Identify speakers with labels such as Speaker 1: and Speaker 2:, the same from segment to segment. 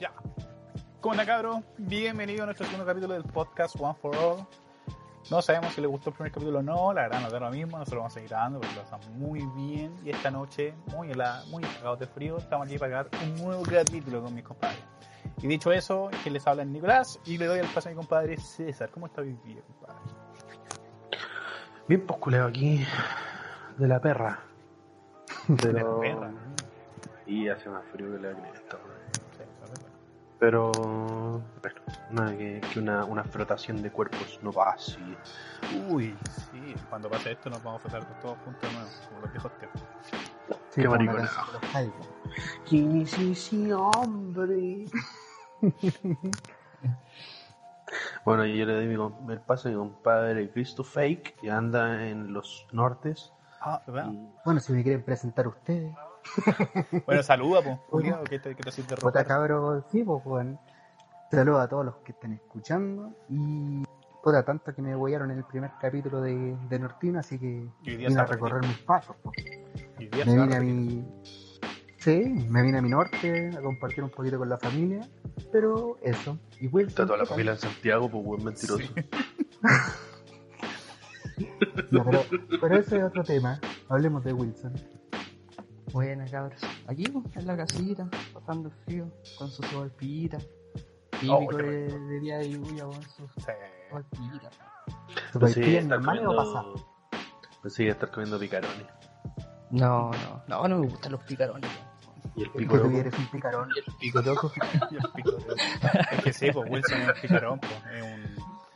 Speaker 1: Ya. ¿Cómo está, cabros? Bienvenido a nuestro segundo capítulo del podcast One for All. No sabemos si les gustó el primer capítulo o no, la verdad nos da lo mismo, nosotros vamos a seguir grabando porque lo pasamos muy bien y esta noche, muy helada, muy cagados de frío, estamos aquí para grabar un nuevo capítulo con mis compadres. Y dicho eso, que les habla el Nicolás y le doy el paso a mi compadre César. ¿Cómo está hoy día, compadre?
Speaker 2: Bien posculeo aquí. De la perra. Pero...
Speaker 1: De perra.
Speaker 2: Y hace más frío que la cresta, weón.
Speaker 1: Sí, la perra.
Speaker 2: Pero... Bueno, nada que, que una, una frotación de cuerpos no va así.
Speaker 1: Uy, sí, cuando pase esto nos vamos a tratar todos juntos de nuevo, como los viejos tiempos.
Speaker 2: Qué
Speaker 3: como
Speaker 2: maricona.
Speaker 3: la canción de los Jaivas.
Speaker 2: ¿Quién es ese hombre? bueno, yo le doy mi com- el paso a mi compadre Cristo Fake, que anda en los nortes.
Speaker 1: Ah, ¿verdad?
Speaker 3: Bueno, si me quieren presentar ustedes.
Speaker 1: Bueno, saluda, pues, Julio, que te, que te sientes
Speaker 3: Puta
Speaker 1: rojo.
Speaker 3: cabro, sí, pues, weón. Saludos a todos los que estén escuchando. Y puta, tanto que me huellaron en el primer capítulo de, de Nortino, así que
Speaker 1: Y hoy día
Speaker 3: vine
Speaker 1: se
Speaker 3: a
Speaker 1: va a
Speaker 3: recorrer mis pasos. po.
Speaker 1: Y día
Speaker 3: Me
Speaker 1: se va a
Speaker 3: vine a
Speaker 1: repetir.
Speaker 3: mi. Sí, me vine a mi norte a compartir un poquito con la familia. Pero eso. Y Wilson,
Speaker 2: Está toda la
Speaker 3: ¿qué tal?
Speaker 2: familia en Santiago, pues buen mentiroso.
Speaker 3: No, pero, pero eso es otro tema. Hablemos de Wilson.
Speaker 4: Buenas cabros, aquí po, en la casita, pasando el frío, con su golpillita.
Speaker 1: Oh,
Speaker 4: Típico
Speaker 1: qué
Speaker 4: de, de día de lluvia, con su
Speaker 1: Sí.
Speaker 4: golpillita.
Speaker 3: ¿Tu
Speaker 2: Pensé que iba a
Speaker 3: vaipilla es
Speaker 2: estar
Speaker 3: normal o pasa?
Speaker 2: comiendo- pensé que iba a estar comiendo picarones.
Speaker 4: No, no, no, no me gustan los picarones.
Speaker 2: Y el
Speaker 3: Es que
Speaker 2: pico
Speaker 3: tú
Speaker 2: loco.
Speaker 3: eres un picarón.
Speaker 4: El pico loco.
Speaker 1: Y el pico de otro. Es que sí, pues Wilson es un picarón, pues, es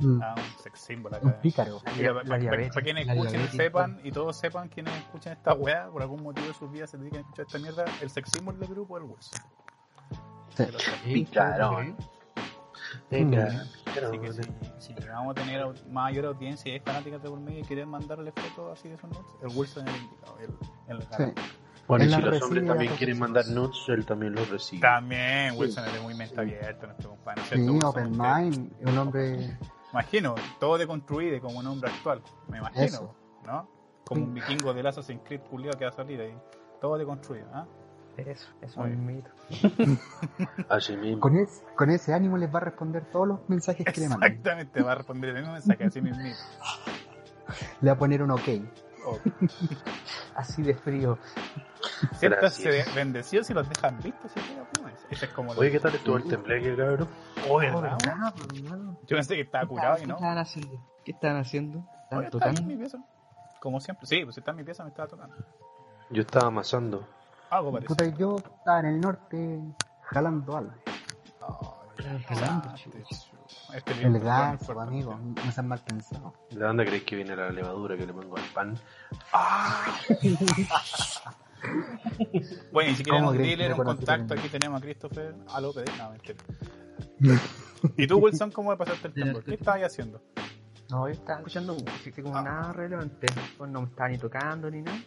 Speaker 1: un,
Speaker 3: Mm.
Speaker 1: ah, un sex symbol acá.
Speaker 3: Un pícaro.
Speaker 1: Mira, para,
Speaker 3: La diabetes,
Speaker 1: quienes
Speaker 3: la
Speaker 1: escuchen y
Speaker 3: diabetes, pues.
Speaker 1: sepan, y todos sepan quienes escuchan esta weá, por algún motivo de sus vidas se dedican a escuchar esta mierda, el sex symbol del grupo es el Wilson.
Speaker 3: Sí.
Speaker 1: Pero, Así
Speaker 2: Picarón. Picarón.
Speaker 1: que si, si llegamos a tener au- mayor audiencia y hay fanáticas de por medio y quieren mandarle fotos así de sus notes, el Wilson es el indicado, el, el ganador.
Speaker 2: Bueno, y
Speaker 3: Él
Speaker 2: si
Speaker 3: las
Speaker 2: los hombres
Speaker 3: recibe,
Speaker 2: también
Speaker 3: las
Speaker 2: quieren
Speaker 3: recibe.
Speaker 2: mandar nudes, él también los recibe.
Speaker 1: También, Wilson es de muy mente abierta, nuestro compadre. ¿no es
Speaker 3: Sí,
Speaker 1: cierto, Wilson?
Speaker 3: open
Speaker 1: Usted-
Speaker 3: mind, un hombre
Speaker 1: Imagino, todo deconstruido como un hombre actual, me imagino,
Speaker 3: Eso.
Speaker 1: ¿no? Como un vikingo de Assassin's Creed culiao que va a salir ahí, todo deconstruido, ¿ah?
Speaker 4: Eso, eso
Speaker 1: Muy
Speaker 4: es
Speaker 1: bien.
Speaker 4: un mito.
Speaker 2: Así mismo.
Speaker 3: con, es- con ese ánimo les va a responder todos los mensajes que le mandan.
Speaker 1: Exactamente, va a responder el mismo mensaje, así mismo.
Speaker 3: Le va a poner un ok.
Speaker 1: Oh,
Speaker 4: Así de frío.
Speaker 1: Siéntase
Speaker 2: Gracias.
Speaker 1: bendecidos y los dejan vistos, si quieren, ¿cómo es? Ese es como lo
Speaker 2: Oye, ¿qué tal estuvo el tembleque, cabrón?
Speaker 1: Oh, ¿verdad?
Speaker 3: Ah, pues, hermano.
Speaker 1: Yo pensé que estaba curado y
Speaker 4: ¿Qué
Speaker 1: no.
Speaker 4: estaban haciendo? ¿Qué estaban haciendo?
Speaker 1: Oye,
Speaker 4: ¿Están
Speaker 1: está en mi
Speaker 4: tocando?
Speaker 1: pieza. Como siempre, sí, pues si está en mi pieza me estaba tocando.
Speaker 2: Yo estaba amasando.
Speaker 1: Algo
Speaker 3: Puta,
Speaker 1: parecido.
Speaker 3: yo estaba en el norte jalando algo.
Speaker 1: Ay,
Speaker 4: Caramba,
Speaker 1: qué
Speaker 4: chulo.
Speaker 1: desastre. Ah, Este
Speaker 3: El
Speaker 2: pues,
Speaker 1: libro es
Speaker 3: gato,
Speaker 1: fuerte.
Speaker 3: amigo, no sean mal pensado.
Speaker 2: ¿De dónde crees que viene la levadura que le pongo al pan?
Speaker 1: Bueno, y si quieren
Speaker 3: ¿Cómo
Speaker 1: un
Speaker 3: crees que
Speaker 1: dealer,
Speaker 3: me
Speaker 1: un
Speaker 3: conocí
Speaker 1: contacto,
Speaker 3: también?
Speaker 1: aquí tenemos a Christopher, a López. No, mentira. ¿Y tú, Wilson, cómo pasaste el tiempo? ¿Qué estabas haciendo?
Speaker 4: No, yo estaba escuchando música como
Speaker 1: Ah.
Speaker 4: nada relevante. Pues no me estaba ni tocando ni nada.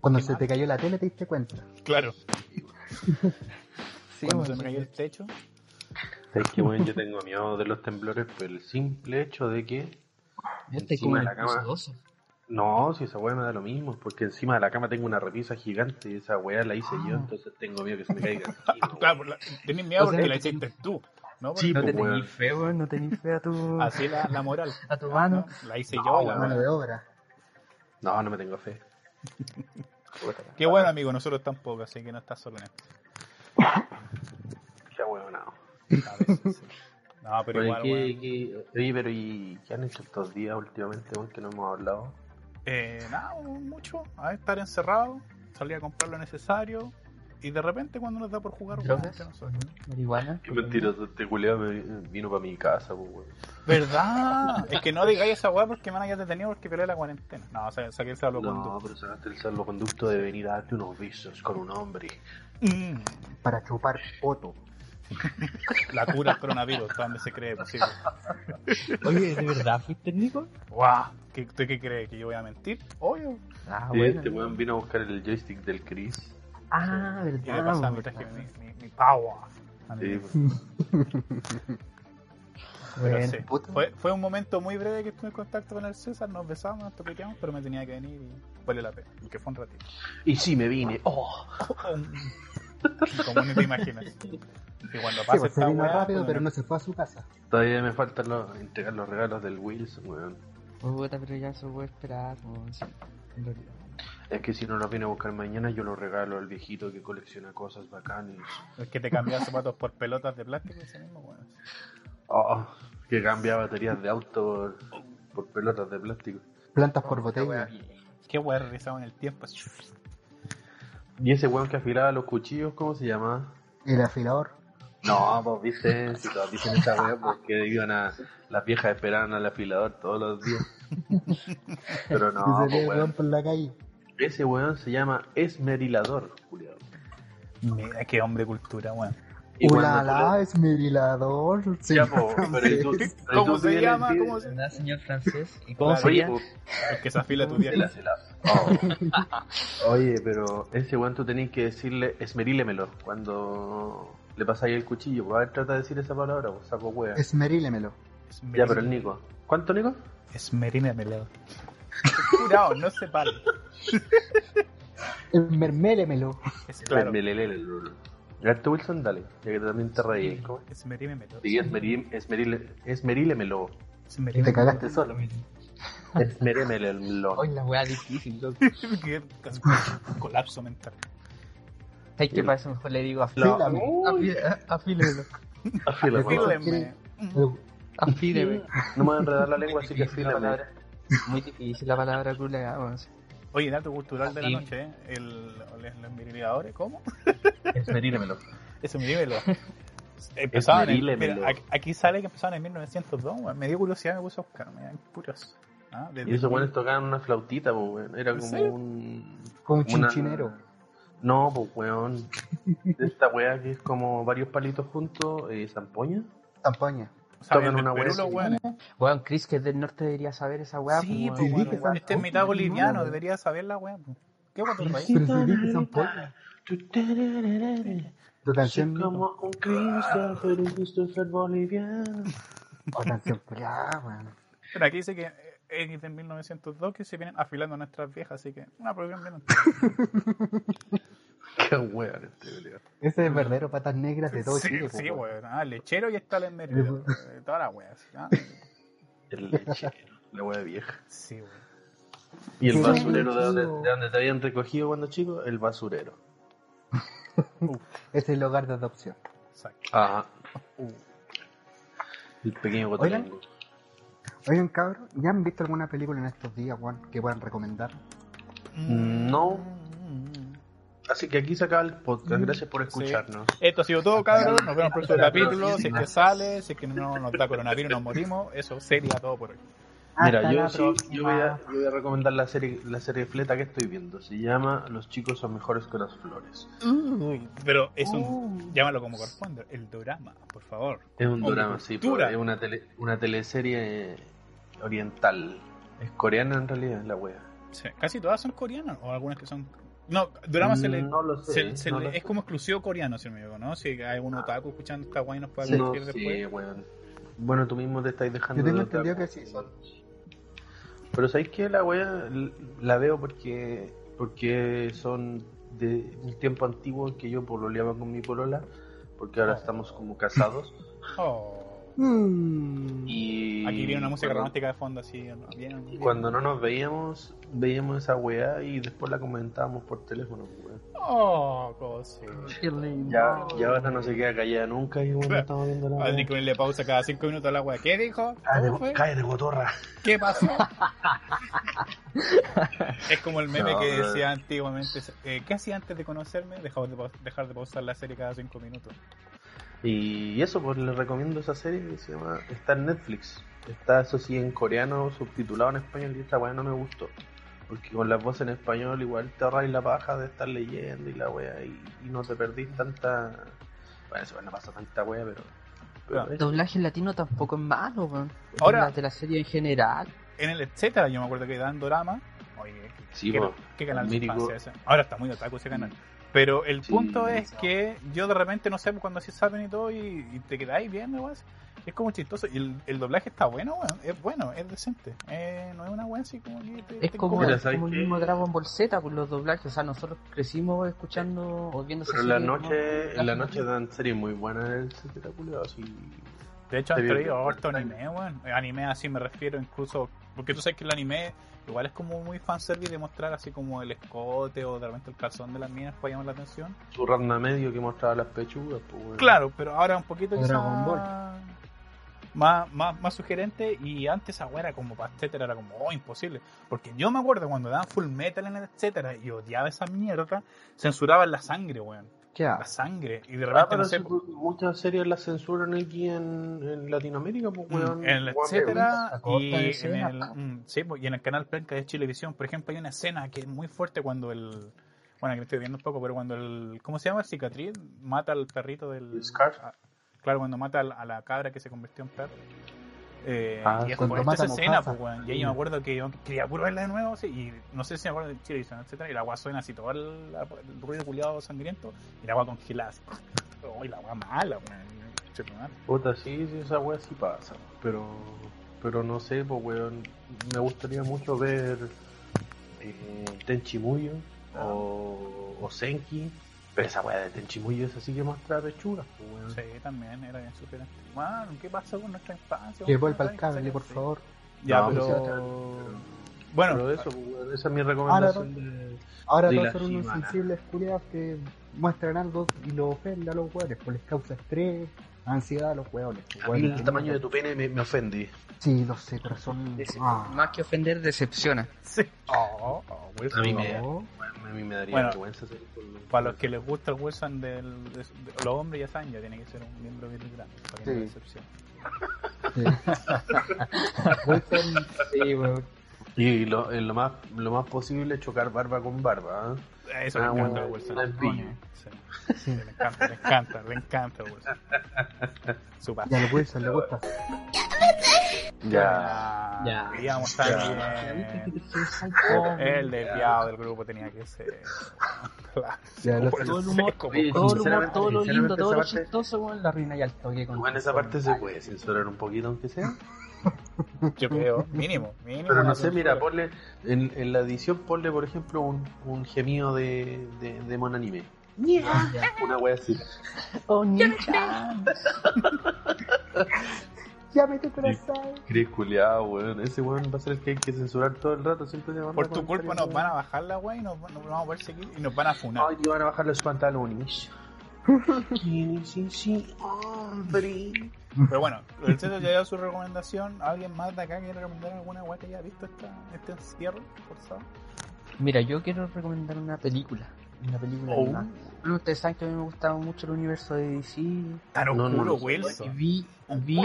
Speaker 3: Cuando
Speaker 1: Qué
Speaker 3: se te cayó la tele te diste cuenta.
Speaker 1: Claro.
Speaker 4: Sí,
Speaker 1: Cuando se
Speaker 4: bueno,
Speaker 1: me cayó el techo.
Speaker 2: Es que, bueno, yo tengo miedo de los temblores por el simple hecho de que...
Speaker 4: yo estoy
Speaker 2: encima
Speaker 4: como
Speaker 2: de
Speaker 4: en
Speaker 2: la
Speaker 4: el
Speaker 2: cama.
Speaker 4: piso
Speaker 2: No, si esa weá me da lo mismo, porque encima de la cama tengo una repisa gigante y esa weá la hice yo, entonces tengo miedo que se me caiga. encima,
Speaker 1: Claro, por la- tenés miedo
Speaker 4: O sea,
Speaker 1: porque la
Speaker 4: que-
Speaker 1: hiciste tú. ¿no?
Speaker 2: Sí,
Speaker 4: No
Speaker 1: Porque
Speaker 4: te
Speaker 2: pues, weón.
Speaker 4: tenéis fe, weón, no tenéis fe a tu, a
Speaker 1: Así la, la moral.
Speaker 4: tu mano.
Speaker 1: ¿no? La hice
Speaker 2: No,
Speaker 1: yo. la
Speaker 2: Ah.
Speaker 3: Mano
Speaker 1: moral.
Speaker 3: de obra.
Speaker 2: No, no me tengo fe.
Speaker 1: Qué bueno, amigo, nosotros tampoco, así que no estás solo en esto.
Speaker 2: Ya, weón, no.
Speaker 1: A veces, sí. No, pero
Speaker 2: Oye,
Speaker 1: igual,
Speaker 2: ¿qué-
Speaker 1: weón.
Speaker 2: qué- oye, pero ¿y qué han hecho estos días últimamente, weón, que no hemos hablado?
Speaker 1: Eh, nada, mucho. A ver, estar encerrado, salir a comprar lo necesario, Y de repente cuando nos da por jugar, weón,
Speaker 4: ¿Drogas?
Speaker 1: entre nosotros.
Speaker 4: Marihuana.
Speaker 2: Qué mentiroso, este culiao me vino para mi casa, pues, weón.
Speaker 1: ¿Verdad? es que no digáis esa weá porque me van a quedar detenido porque violé la cuarentena. No, o sea, saqué el
Speaker 2: No,
Speaker 1: salvoconducto.
Speaker 2: pero sacaste el salvoconducto de venir a darte unos besos con un hombre.
Speaker 1: Mm,
Speaker 3: para chupar poto.
Speaker 1: la cura al coronavirus, hasta donde se cree posible.
Speaker 4: Oye, ¿de verdad fuiste Nico?
Speaker 1: ¡Guau! ¿Qué, ¿Tú qué crees? ¿Que yo voy a mentir? Obvio.
Speaker 4: Ah,
Speaker 2: Sí,
Speaker 4: bueno.
Speaker 2: este weón vino a buscar el joystick del Chris.
Speaker 4: Ah,
Speaker 1: Y me pasa,
Speaker 4: verdad.
Speaker 1: me
Speaker 4: verdad.
Speaker 1: traje mi, mi, mi power. A mí.
Speaker 2: Sí,
Speaker 1: Pero
Speaker 4: Bueno,
Speaker 1: sí,
Speaker 3: puta.
Speaker 1: Fue, fue un momento muy breve que estuve en contacto con el César, nos besamos, nos toqueteamos, pero me tenía que venir y valió la pena, que fue un ratito.
Speaker 2: Y sí, me vine. ¡Oh!
Speaker 1: Como ni te imaginas. Y cuando pasa
Speaker 3: Sí, pues, se
Speaker 1: esta
Speaker 3: vino
Speaker 1: weá,
Speaker 3: rápido,
Speaker 1: pues,
Speaker 3: pero no se fue a su casa.
Speaker 2: Todavía me faltan los, entregar los regalos del Wilson, weón.
Speaker 4: Puta, pero ya se puede esperar. weón, sí, en realidad.
Speaker 2: Es que si no los viene a buscar mañana, yo los regalo al viejito que colecciona cosas bacanas.
Speaker 1: es que te cambias zapatos por pelotas de plástico ese mismo, weón.
Speaker 2: ¡Oh! Que cambia baterías de auto por, por pelotas de plástico.
Speaker 3: Plantas por botella.
Speaker 1: Qué weá realizado en el tiempo.
Speaker 2: ¿Y ese weón que afilaba los cuchillos, cómo se llamaba?
Speaker 3: El afilador.
Speaker 2: No, pues viste, si todos dicen esa weá porque iban a. Las viejas esperaban al afilador todos los días. Pero no,
Speaker 3: que
Speaker 2: pues,
Speaker 3: salía
Speaker 2: weón.
Speaker 3: weón por la calle.
Speaker 2: Ese weón se llama esmerilador, culiao.
Speaker 1: Mira, qué hombre cultura, weón.
Speaker 2: Y
Speaker 3: Ulala,
Speaker 2: cuando tú le-
Speaker 3: es merilador.
Speaker 2: Ya, po, pero ¿y tú- pero ¿y
Speaker 1: ¿Cómo
Speaker 2: tú
Speaker 1: se
Speaker 2: tienes
Speaker 1: llama?
Speaker 2: que-
Speaker 1: ¿Cómo se
Speaker 4: ¿Verdad, señor francés? ¿Y
Speaker 1: cómo
Speaker 4: cómo
Speaker 1: Claro.
Speaker 2: Oye,
Speaker 4: sería?
Speaker 2: pues,
Speaker 1: El que se afila tu
Speaker 2: se la-
Speaker 1: vieja.
Speaker 2: se la- oh. Oye, pero ese weón tú tenés que decirle esmerílemelo cuando le pasáis el cuchillo. pues, A ver, trata de decir esa palabra, pues, saco wea.
Speaker 3: Esmerílemelo.
Speaker 2: Ya, pero el Nico. ¿Cuánto, Nico?
Speaker 1: Esmerínemelo. Curado, no se pare.
Speaker 3: Esmermélemelo.
Speaker 1: Es claro.
Speaker 2: Esmerílemelo. A ver, tú, Wilson, dale, ya que también te reí.
Speaker 1: Esmerínemelo.
Speaker 2: Sí, esmerí- esmeríle- esmerílemelo.
Speaker 3: Te
Speaker 1: Esmerínemelo.
Speaker 3: cagaste
Speaker 2: Ah,
Speaker 3: solo.
Speaker 2: Esmerílemelo.
Speaker 4: Hoy la weá difícil, loco.
Speaker 1: Qué colapso mental.
Speaker 4: ¿Sabes qué pasa? Mejor le digo
Speaker 2: Lo-
Speaker 4: afílame.
Speaker 2: Uy,
Speaker 4: Afí- Afílelo.
Speaker 2: afila,
Speaker 3: Decirle-
Speaker 2: weón.
Speaker 1: Fíjense.
Speaker 3: El-
Speaker 4: Afíleme.
Speaker 2: No me voy a enredar la lengua, así que
Speaker 4: Muy difícil la
Speaker 2: afílame.
Speaker 4: palabra. Muy difícil la palabra culeada, weón.
Speaker 1: Oye, dato cultural de la
Speaker 4: Sí.
Speaker 1: noche, ¿eh? El, los los miriliadores, ¿cómo?
Speaker 2: Esmerílemelo.
Speaker 1: Eso, mirímelo. Empezaban en,
Speaker 2: Esmerílemelo.
Speaker 1: mira, aquí- aquí sale que empezaban en 1902, weón. Me dio curiosidad, me puse a buscar, me da curioso. Ah, desde-
Speaker 2: Y esos weones tocaban una flautita, pues, weón. Era
Speaker 1: ¿En
Speaker 2: como
Speaker 1: serio?
Speaker 2: un.
Speaker 3: Como un
Speaker 2: una-
Speaker 3: chinchinero.
Speaker 2: No, pues, weón. De esta wea que es como varios palitos juntos, eh, zampoña.
Speaker 3: Campaña.
Speaker 1: Saben
Speaker 2: tocan
Speaker 1: del
Speaker 2: una
Speaker 1: Perú
Speaker 2: weá
Speaker 1: los
Speaker 2: así.
Speaker 1: weones.
Speaker 4: Weón, Chris, que es del norte, debería saber esa weá.
Speaker 1: Sí,
Speaker 4: pues,
Speaker 1: pues,
Speaker 4: weón.
Speaker 3: dije,
Speaker 1: weón. Este es
Speaker 3: San-
Speaker 1: mitad
Speaker 3: no,
Speaker 1: boliviano,
Speaker 3: weón.
Speaker 1: debería saber la weá. pues. ¿Qué weón del país?
Speaker 3: Pero si dije zampoña. Tu
Speaker 2: Soy
Speaker 3: canción.
Speaker 2: como un Cristo, pero un Christopher boliviano.
Speaker 3: O canción curada, Ah, weón.
Speaker 1: Pero aquí dice que eh, es de 1902 que se vienen afilando nuestras viejas, así que una programa bien
Speaker 2: Qué weón este, weón.
Speaker 3: Ese es el verdadero patas negras de todo
Speaker 1: sí,
Speaker 3: Chile. po,
Speaker 1: sí,
Speaker 3: pues, weón.
Speaker 1: weón. Ah, lechero y está la
Speaker 3: Sí, pues.
Speaker 1: esmeralda.
Speaker 3: weón.
Speaker 1: weón. Toda la weá. así, ah.
Speaker 2: El lechero, la wea vieja.
Speaker 1: Sí, weón.
Speaker 2: Y el
Speaker 3: Sí,
Speaker 2: basurero de donde,
Speaker 3: chico.
Speaker 2: de donde te habían recogido cuando chico, el basurero.
Speaker 3: Ese es el hogar de adopción.
Speaker 1: Exacto.
Speaker 2: Ajá.
Speaker 1: Uh.
Speaker 2: El pequeño cotelengo.
Speaker 3: Oigan, cabros, ¿ya han visto alguna película en estos días, weón, que puedan recomendar?
Speaker 2: No. Así que aquí se acaba el podcast.
Speaker 3: Mm.
Speaker 2: Gracias por escucharnos.
Speaker 1: Esto ha sido todo, cabros. Nos vemos en el próximo capítulo. Si es que sale, si es que no nos da coronavirus, nos morimos. Eso sería todo por hoy.
Speaker 2: Mira, yo, sí- yo voy a, yo voy a recomendar la serie, la serie fleta que estoy viendo. Se llama Los chicos son mejores que las flores.
Speaker 1: Pero es
Speaker 4: Uh.
Speaker 1: un. Llámalo como corresponde. El drama, por favor.
Speaker 2: Es un
Speaker 1: Hombre,
Speaker 2: drama, sí,
Speaker 1: Oh, cultura.
Speaker 2: pero es una, tele, una teleserie oriental. Es coreana en realidad, es la wea.
Speaker 1: Sí, Casi todas son coreanas o algunas que son. No, drama se le.
Speaker 2: No lo sé.
Speaker 1: se- se
Speaker 2: no
Speaker 1: le-
Speaker 2: lo
Speaker 1: es
Speaker 2: sé.
Speaker 1: como exclusivo coreano, si no me equivoco, ¿no? Si hay algún otaku escuchando esta guay nos puede
Speaker 2: No
Speaker 1: decir
Speaker 2: sé,
Speaker 1: después.
Speaker 2: weón. Bueno, tú mismo te estáis dejando.
Speaker 3: Yo tengo
Speaker 2: de
Speaker 3: entendido
Speaker 2: otaku.
Speaker 3: que sí son.
Speaker 2: Pero ¿sabéis que La wea l- la veo porque, porque son de un tiempo antiguo en que yo pololeaba con mi polola. Porque
Speaker 1: Ah.
Speaker 2: ahora estamos como casados.
Speaker 1: Oh.
Speaker 2: Mm. Y
Speaker 1: Aquí viene una música
Speaker 2: cuando-
Speaker 1: romántica de fondo, así. ¿no? Bien, bien.
Speaker 2: Cuando no nos veíamos, veíamos esa weá y después la comentábamos por teléfono. pues, weón.
Speaker 1: Oh, cosita.
Speaker 4: Qué lindo.
Speaker 2: Ya,
Speaker 1: Oh.
Speaker 2: ya ahora no se queda callada nunca y bueno,
Speaker 1: Claro.
Speaker 2: estamos viendo la
Speaker 1: Adri
Speaker 2: weá.
Speaker 1: ponerle pausa
Speaker 2: Ah,
Speaker 1: cada cinco minutos a la weá. ¿Qué dijo? ¿Cómo
Speaker 2: Cállate,
Speaker 1: fue?
Speaker 2: cállate, cotorra.
Speaker 1: ¿Qué pasó? Es como el meme
Speaker 2: No,
Speaker 1: que
Speaker 2: bro.
Speaker 1: decía antiguamente, eh, ¿qué hacía antes de conocerme? Dejaba de paus- dejar de pausar la serie cada cinco minutos.
Speaker 2: Y eso, pues les recomiendo esa serie que se llama. Está en Netflix. Está, eso sí, en coreano, subtitulado en español. Y esta weá no me gustó. Porque con las voces en español, igual te ahorras la paja de estar leyendo y la weá. Y, y no te perdís tanta. Bueno, eso no pasa tanta weá, pero. pero
Speaker 1: Claro.
Speaker 2: eso.
Speaker 4: Doblaje en latino tampoco es malo, weón.
Speaker 1: Ahora-
Speaker 4: Habla De la serie en general.
Speaker 1: En el etcétera, yo me acuerdo que dan Dorama. Oye,
Speaker 2: Sí,
Speaker 1: ¿Qué,
Speaker 2: pues.
Speaker 1: qué canal de
Speaker 2: mítico.
Speaker 1: infancia ese? Ahora está muy otaku ese canal. Pero el
Speaker 2: Sí,
Speaker 1: punto es
Speaker 2: no.
Speaker 1: que yo de repente no sé pues, cuando así saben y todo y, y te quedáis viendo, weón. Es como chistoso. Y el, el doblaje está bueno, weón. Es bueno, es decente. Eh, no es una weón así como que te,
Speaker 4: Es
Speaker 1: te
Speaker 4: como,
Speaker 1: encoge.
Speaker 2: Mira,
Speaker 4: es
Speaker 2: ¿sabes
Speaker 4: como el
Speaker 2: qué?
Speaker 4: mismo Dragon Ball Z, pues los doblajes. O sea, nosotros crecimos escuchando o viendo
Speaker 2: Pero en la
Speaker 4: esa serie,
Speaker 2: noche,
Speaker 4: ¿no?
Speaker 2: en la noche dan series muy buenas, etcétera, culiao, así.
Speaker 1: De hecho, han
Speaker 2: Te vi-
Speaker 1: traído
Speaker 2: te-
Speaker 1: harto
Speaker 2: te-
Speaker 1: anime, weón. Eh, Anime así me refiero, incluso. Porque tú sabes que el anime igual es como muy fanservice de mostrar así como el escote o de repente el calzón de las minas para llamar la atención.
Speaker 2: Su randa medio que mostraba las pechugas, pues weón.
Speaker 1: Claro, pero ahora un poquito
Speaker 3: O
Speaker 1: quizá
Speaker 3: Dragon Ball.
Speaker 1: Más, más, más sugerente y antes esa wea era como para etcétera, era como oh, imposible. Porque yo me acuerdo cuando daban full metal en el etcétera y odiaba esa mierda, censuraban la sangre, weón.
Speaker 3: ¿Qué
Speaker 1: La sangre. Y de
Speaker 2: Ah,
Speaker 1: repente
Speaker 2: pero
Speaker 1: no sé.
Speaker 2: si pu- muchas series las censuran aquí en, en Latinoamérica, pues weón.
Speaker 1: mm, En el
Speaker 2: Weón,
Speaker 1: etcétera y
Speaker 3: pero nunca se corta
Speaker 1: en
Speaker 3: escena,
Speaker 1: el, mm, sí, pues, y en el canal Planca de Chilevisión, por ejemplo, hay una escena que es muy fuerte cuando el. Bueno, que me estoy viendo un poco, pero cuando el. ¿Cómo se llama? El cicatriz mata al perrito del.
Speaker 2: El Scar.
Speaker 1: a- claro, cuando mata al- a la cabra que se convirtió en perro. Eh,
Speaker 2: Ah,
Speaker 1: y es
Speaker 3: cuando
Speaker 1: fuerte
Speaker 3: mata
Speaker 1: esa
Speaker 3: a
Speaker 1: escena,
Speaker 3: Mufasa. Mm.
Speaker 1: pues, weón. Y ahí yo me acuerdo que yo quería puro verla de nuevo, sí, y no sé si me acuerdo de Chilevisión, etcétera, Y la agua suena así, todo el, el ruido culiado sangriento, y la agua congelada. Así. Uy, la agua mala, weón. Che, tu madre.
Speaker 2: Puta, sí, sí, esa weá sí pasa. Pero, pero no sé, pues weón. Me gustaría mucho ver eh, Tenchimuyo Ah. o, o Senki. Pero esa weá de Tenchimuyo es así que muestra pechugas, pues weón.
Speaker 1: Sí, también era bien superante. Bueno, ¿qué pasa con nuestra infancia?
Speaker 3: Que vuelva al cable, por favor.
Speaker 1: Ya,
Speaker 2: No,
Speaker 1: pero...
Speaker 3: pues,
Speaker 1: Bueno,
Speaker 2: Pero eso, pues, weón, esa es mi recomendación de.
Speaker 3: Ahora
Speaker 2: De
Speaker 3: todos
Speaker 2: la
Speaker 3: son unos
Speaker 2: Shibana.
Speaker 3: sensibles culiados que muestran algo y lo ofenden a los hueones, pues les causa estrés, ansiedad a los hueones. pues,
Speaker 2: A mí
Speaker 3: hueón.
Speaker 2: el tamaño de tu pene me, me ofende.
Speaker 3: Sí, lo sé, corazón.
Speaker 4: Dece-
Speaker 3: Ah,
Speaker 4: Más que ofender, decepciona.
Speaker 1: sí. Oh, oh, Wilson.
Speaker 2: A mí me-
Speaker 3: no.
Speaker 2: Bueno, a mí me daría
Speaker 1: Bueno,
Speaker 2: vergüenza hacer por-
Speaker 1: Para los que les gusta el Wilson del, de- de- los hombres ya saben, ya tiene que ser un miembro bien grande para que no
Speaker 3: Sí.
Speaker 1: haya excepción.
Speaker 3: Sí. Wilson, sí, weón.
Speaker 2: Y lo, en lo más lo más posible chocar barba con barba. ¿eh?
Speaker 1: Eso
Speaker 2: Ah,
Speaker 1: me encanta
Speaker 2: bueno,
Speaker 1: el Wilson.
Speaker 2: el pillo.
Speaker 1: Sí. Sí, le encanta, le encanta, le encanta el Wilson. Su
Speaker 3: Y
Speaker 1: pasta.
Speaker 3: al Wilson le gusta.
Speaker 1: Ya.
Speaker 4: Ya.
Speaker 1: Íbamos
Speaker 4: Ya viste que
Speaker 1: también.
Speaker 4: te quedas al fondo.
Speaker 1: El desviado del grupo tenía que ser. Claro.
Speaker 3: Ya, lo sé.
Speaker 4: Todo el humor,
Speaker 2: Oye,
Speaker 4: todo, el humor,
Speaker 2: sinceramente-
Speaker 4: todo lo lindo,
Speaker 2: sinceramente
Speaker 4: todo lo
Speaker 2: esa parte-
Speaker 4: chistoso, weón, la reina y al toque con.
Speaker 2: Bueno, esa parte se puede censurar un poquito, aunque sea.
Speaker 1: Yo creo, mínimo, mínimo.
Speaker 2: Pero no
Speaker 1: una
Speaker 2: sé, mira,
Speaker 1: censura.
Speaker 2: ponle en, en la edición, ponle, por ejemplo, un, un gemido de, de, de monanime. Una wea así.
Speaker 4: Oh, ninja.
Speaker 3: Ya me te corazón.
Speaker 2: Cris culiao, weón. Ese weón va a ser el que hay que censurar todo el rato. Siempre te manda
Speaker 1: Por tu
Speaker 2: comentarios,
Speaker 1: culpa nos
Speaker 2: weón.
Speaker 1: van a bajar la weá y nos, nos vamos a poder seguir y nos van a funar.
Speaker 2: Ay, te van a bajar los pantalones. sí, sí, sí, hombre.
Speaker 1: Pero bueno, el Ceto ya dio su recomendación. ¿Alguien más de acá quiere recomendar alguna weá que haya visto esta, este encierro forzado?
Speaker 4: Mira, yo quiero recomendar una película. Una película
Speaker 1: Oh.
Speaker 4: animada. Bueno, ustedes saben que a mí me gustaba mucho el universo de DC. Y
Speaker 1: Tan
Speaker 2: No, no,
Speaker 1: oscuro,
Speaker 2: no.
Speaker 1: Wilson.
Speaker 4: vi, vi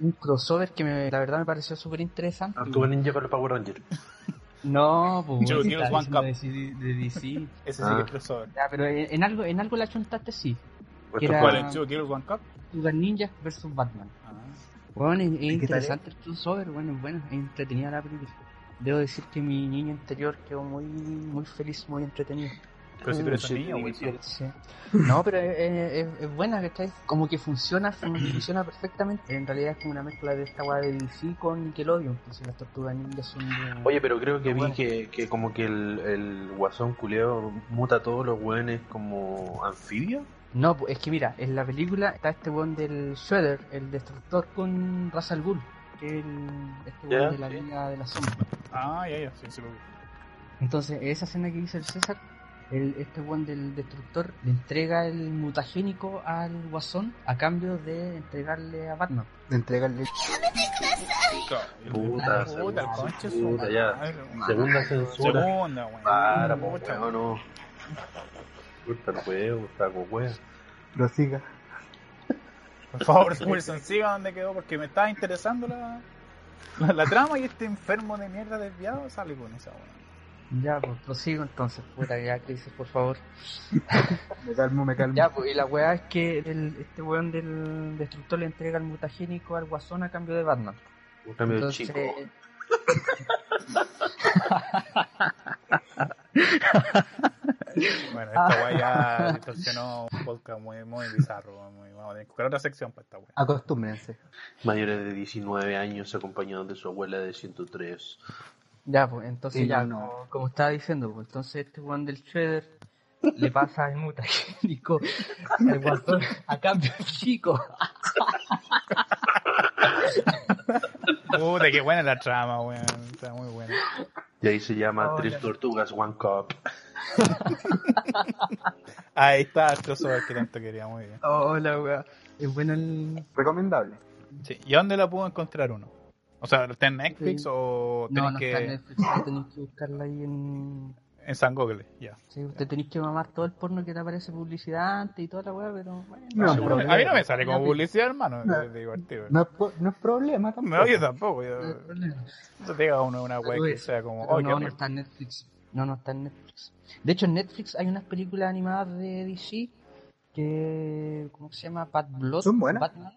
Speaker 4: un crossover que me- la verdad me pareció súper interesante.
Speaker 2: Tortuga Ninja con los Power Rangers.
Speaker 4: No, pues.
Speaker 1: Yo,
Speaker 4: weón,
Speaker 1: Heroes
Speaker 4: está
Speaker 1: One
Speaker 4: diciendo
Speaker 1: Cup.
Speaker 4: de DC de DC.
Speaker 1: Ese sí
Speaker 2: Ah.
Speaker 1: que es crossover.
Speaker 4: Ya, pero en, en algo, en algo la chuntaste, sí.
Speaker 2: Pues,
Speaker 4: Que era-
Speaker 1: ¿Cuál es? ¿Two Girls One Cup?
Speaker 4: Tortugas Ninjas versus Batman.
Speaker 1: Ah.
Speaker 4: Bueno, es, es
Speaker 3: ¿Y qué tal es?
Speaker 4: interesante el crossover, bueno, es bueno, es entretenida la película. Debo decir que mi niño interior quedó muy, muy feliz, muy entretenido.
Speaker 1: Pero si tú eres
Speaker 2: Sí,
Speaker 1: un niño,
Speaker 2: sí,
Speaker 1: Wilson.
Speaker 4: Sí. No, pero es, es- es- es buena, ¿cachai? Como que funciona, fun- funciona perfectamente. En realidad es como una mezcla de esta weá de DC con Nickelodeon. Entonces las tortugas ninjas son de...
Speaker 2: Oye, pero creo que vi
Speaker 4: Bueno.
Speaker 2: que, que como que el, el guasón culeo muta a todos los weones como anfibios.
Speaker 4: No, pues, es que mira, en la película está este weón del Shredder, el destructor con Ra's al Ghul, que es el, este weón
Speaker 2: Ya,
Speaker 4: de la
Speaker 2: sí.
Speaker 4: Liga de la Sombra.
Speaker 1: Ah, ya, ya, sí, sí lo vi.
Speaker 4: Entonces, esa escena que dice el César el, este buen del destructor le entrega el mutagénico al guasón a cambio de entregarle a Batman.
Speaker 3: De entregarle.
Speaker 2: Puta,
Speaker 1: Puta, el
Speaker 2: segunda,
Speaker 1: conche su
Speaker 2: puta, ya.
Speaker 1: madre, weón.
Speaker 2: Segunda censura.
Speaker 1: Segunda, weón.
Speaker 2: Para, po,
Speaker 1: Puta,
Speaker 2: weón, no. Puta el huevo, está con huevo.
Speaker 3: Lo siga.
Speaker 1: Por favor, Wilson, siga donde quedó porque me está interesando la, la, la trama y este enfermo de mierda desviado sale con esa weón.
Speaker 4: Ya, pues prosigo entonces, puta, ya, crisis, por favor.
Speaker 3: Me calmo, me calmo.
Speaker 4: Ya, pues, y la weá es que el, este weón del destructor le entrega el mutagénico al guasón a cambio de Batman.
Speaker 2: Un cambio de
Speaker 4: Entonces,
Speaker 2: chico.
Speaker 1: Bueno, esta weá ya distorsionó un podcast muy, muy bizarro. weón, Muy, vamos a tener que buscar otra sección para esta weá.
Speaker 3: Acostúmbrense.
Speaker 2: Mayores de 19 años acompañados de su abuela de 103.
Speaker 4: Ya, pues, entonces
Speaker 3: Sí,
Speaker 4: ya,
Speaker 3: no.
Speaker 4: como, como estaba diciendo, pues, entonces este weón del Shredder le pasa el mutagénico al guasón a cambio del chico.
Speaker 1: Puta, qué buena la trama, weón. Está muy buena.
Speaker 2: Y ahí se llama
Speaker 4: Oh,
Speaker 2: Tres
Speaker 4: ya.
Speaker 2: Tortugas One Cup.
Speaker 1: Ahí está el crossover que tanto quería, muy bien.
Speaker 4: Hola, Oh, weá. Es bueno el.
Speaker 3: Recomendable.
Speaker 1: Sí, ¿Y dónde la pudo encontrar uno? O sea, ¿está en Netflix
Speaker 4: Sí.
Speaker 1: o tenés
Speaker 4: No, no
Speaker 1: que
Speaker 4: está en Netflix, no tenéis que buscarla ahí en.
Speaker 1: en San Google? Ya.
Speaker 4: Sí, usted tenéis que mamar todo el porno que te aparece publicidad antes y toda la weá, pero bueno.
Speaker 3: No,
Speaker 1: A
Speaker 3: problema.
Speaker 1: mí no me sale como
Speaker 4: Ya, pues,
Speaker 1: publicidad, hermano.
Speaker 3: No.
Speaker 1: Es divertido.
Speaker 3: No es, pro- no es problema tampoco.
Speaker 1: No, yo tampoco. Yo,
Speaker 4: no hay problema.
Speaker 1: no te diga uno una web que
Speaker 4: Pero
Speaker 1: sea como.
Speaker 4: Pero
Speaker 1: "Oh, qué
Speaker 4: no, no
Speaker 1: rico".
Speaker 4: está en Netflix. No, no está en Netflix. De hecho, en Netflix hay unas películas animadas de DC que. ¿Cómo se llama? Bad Blood.
Speaker 3: Son buenas.
Speaker 4: Batman.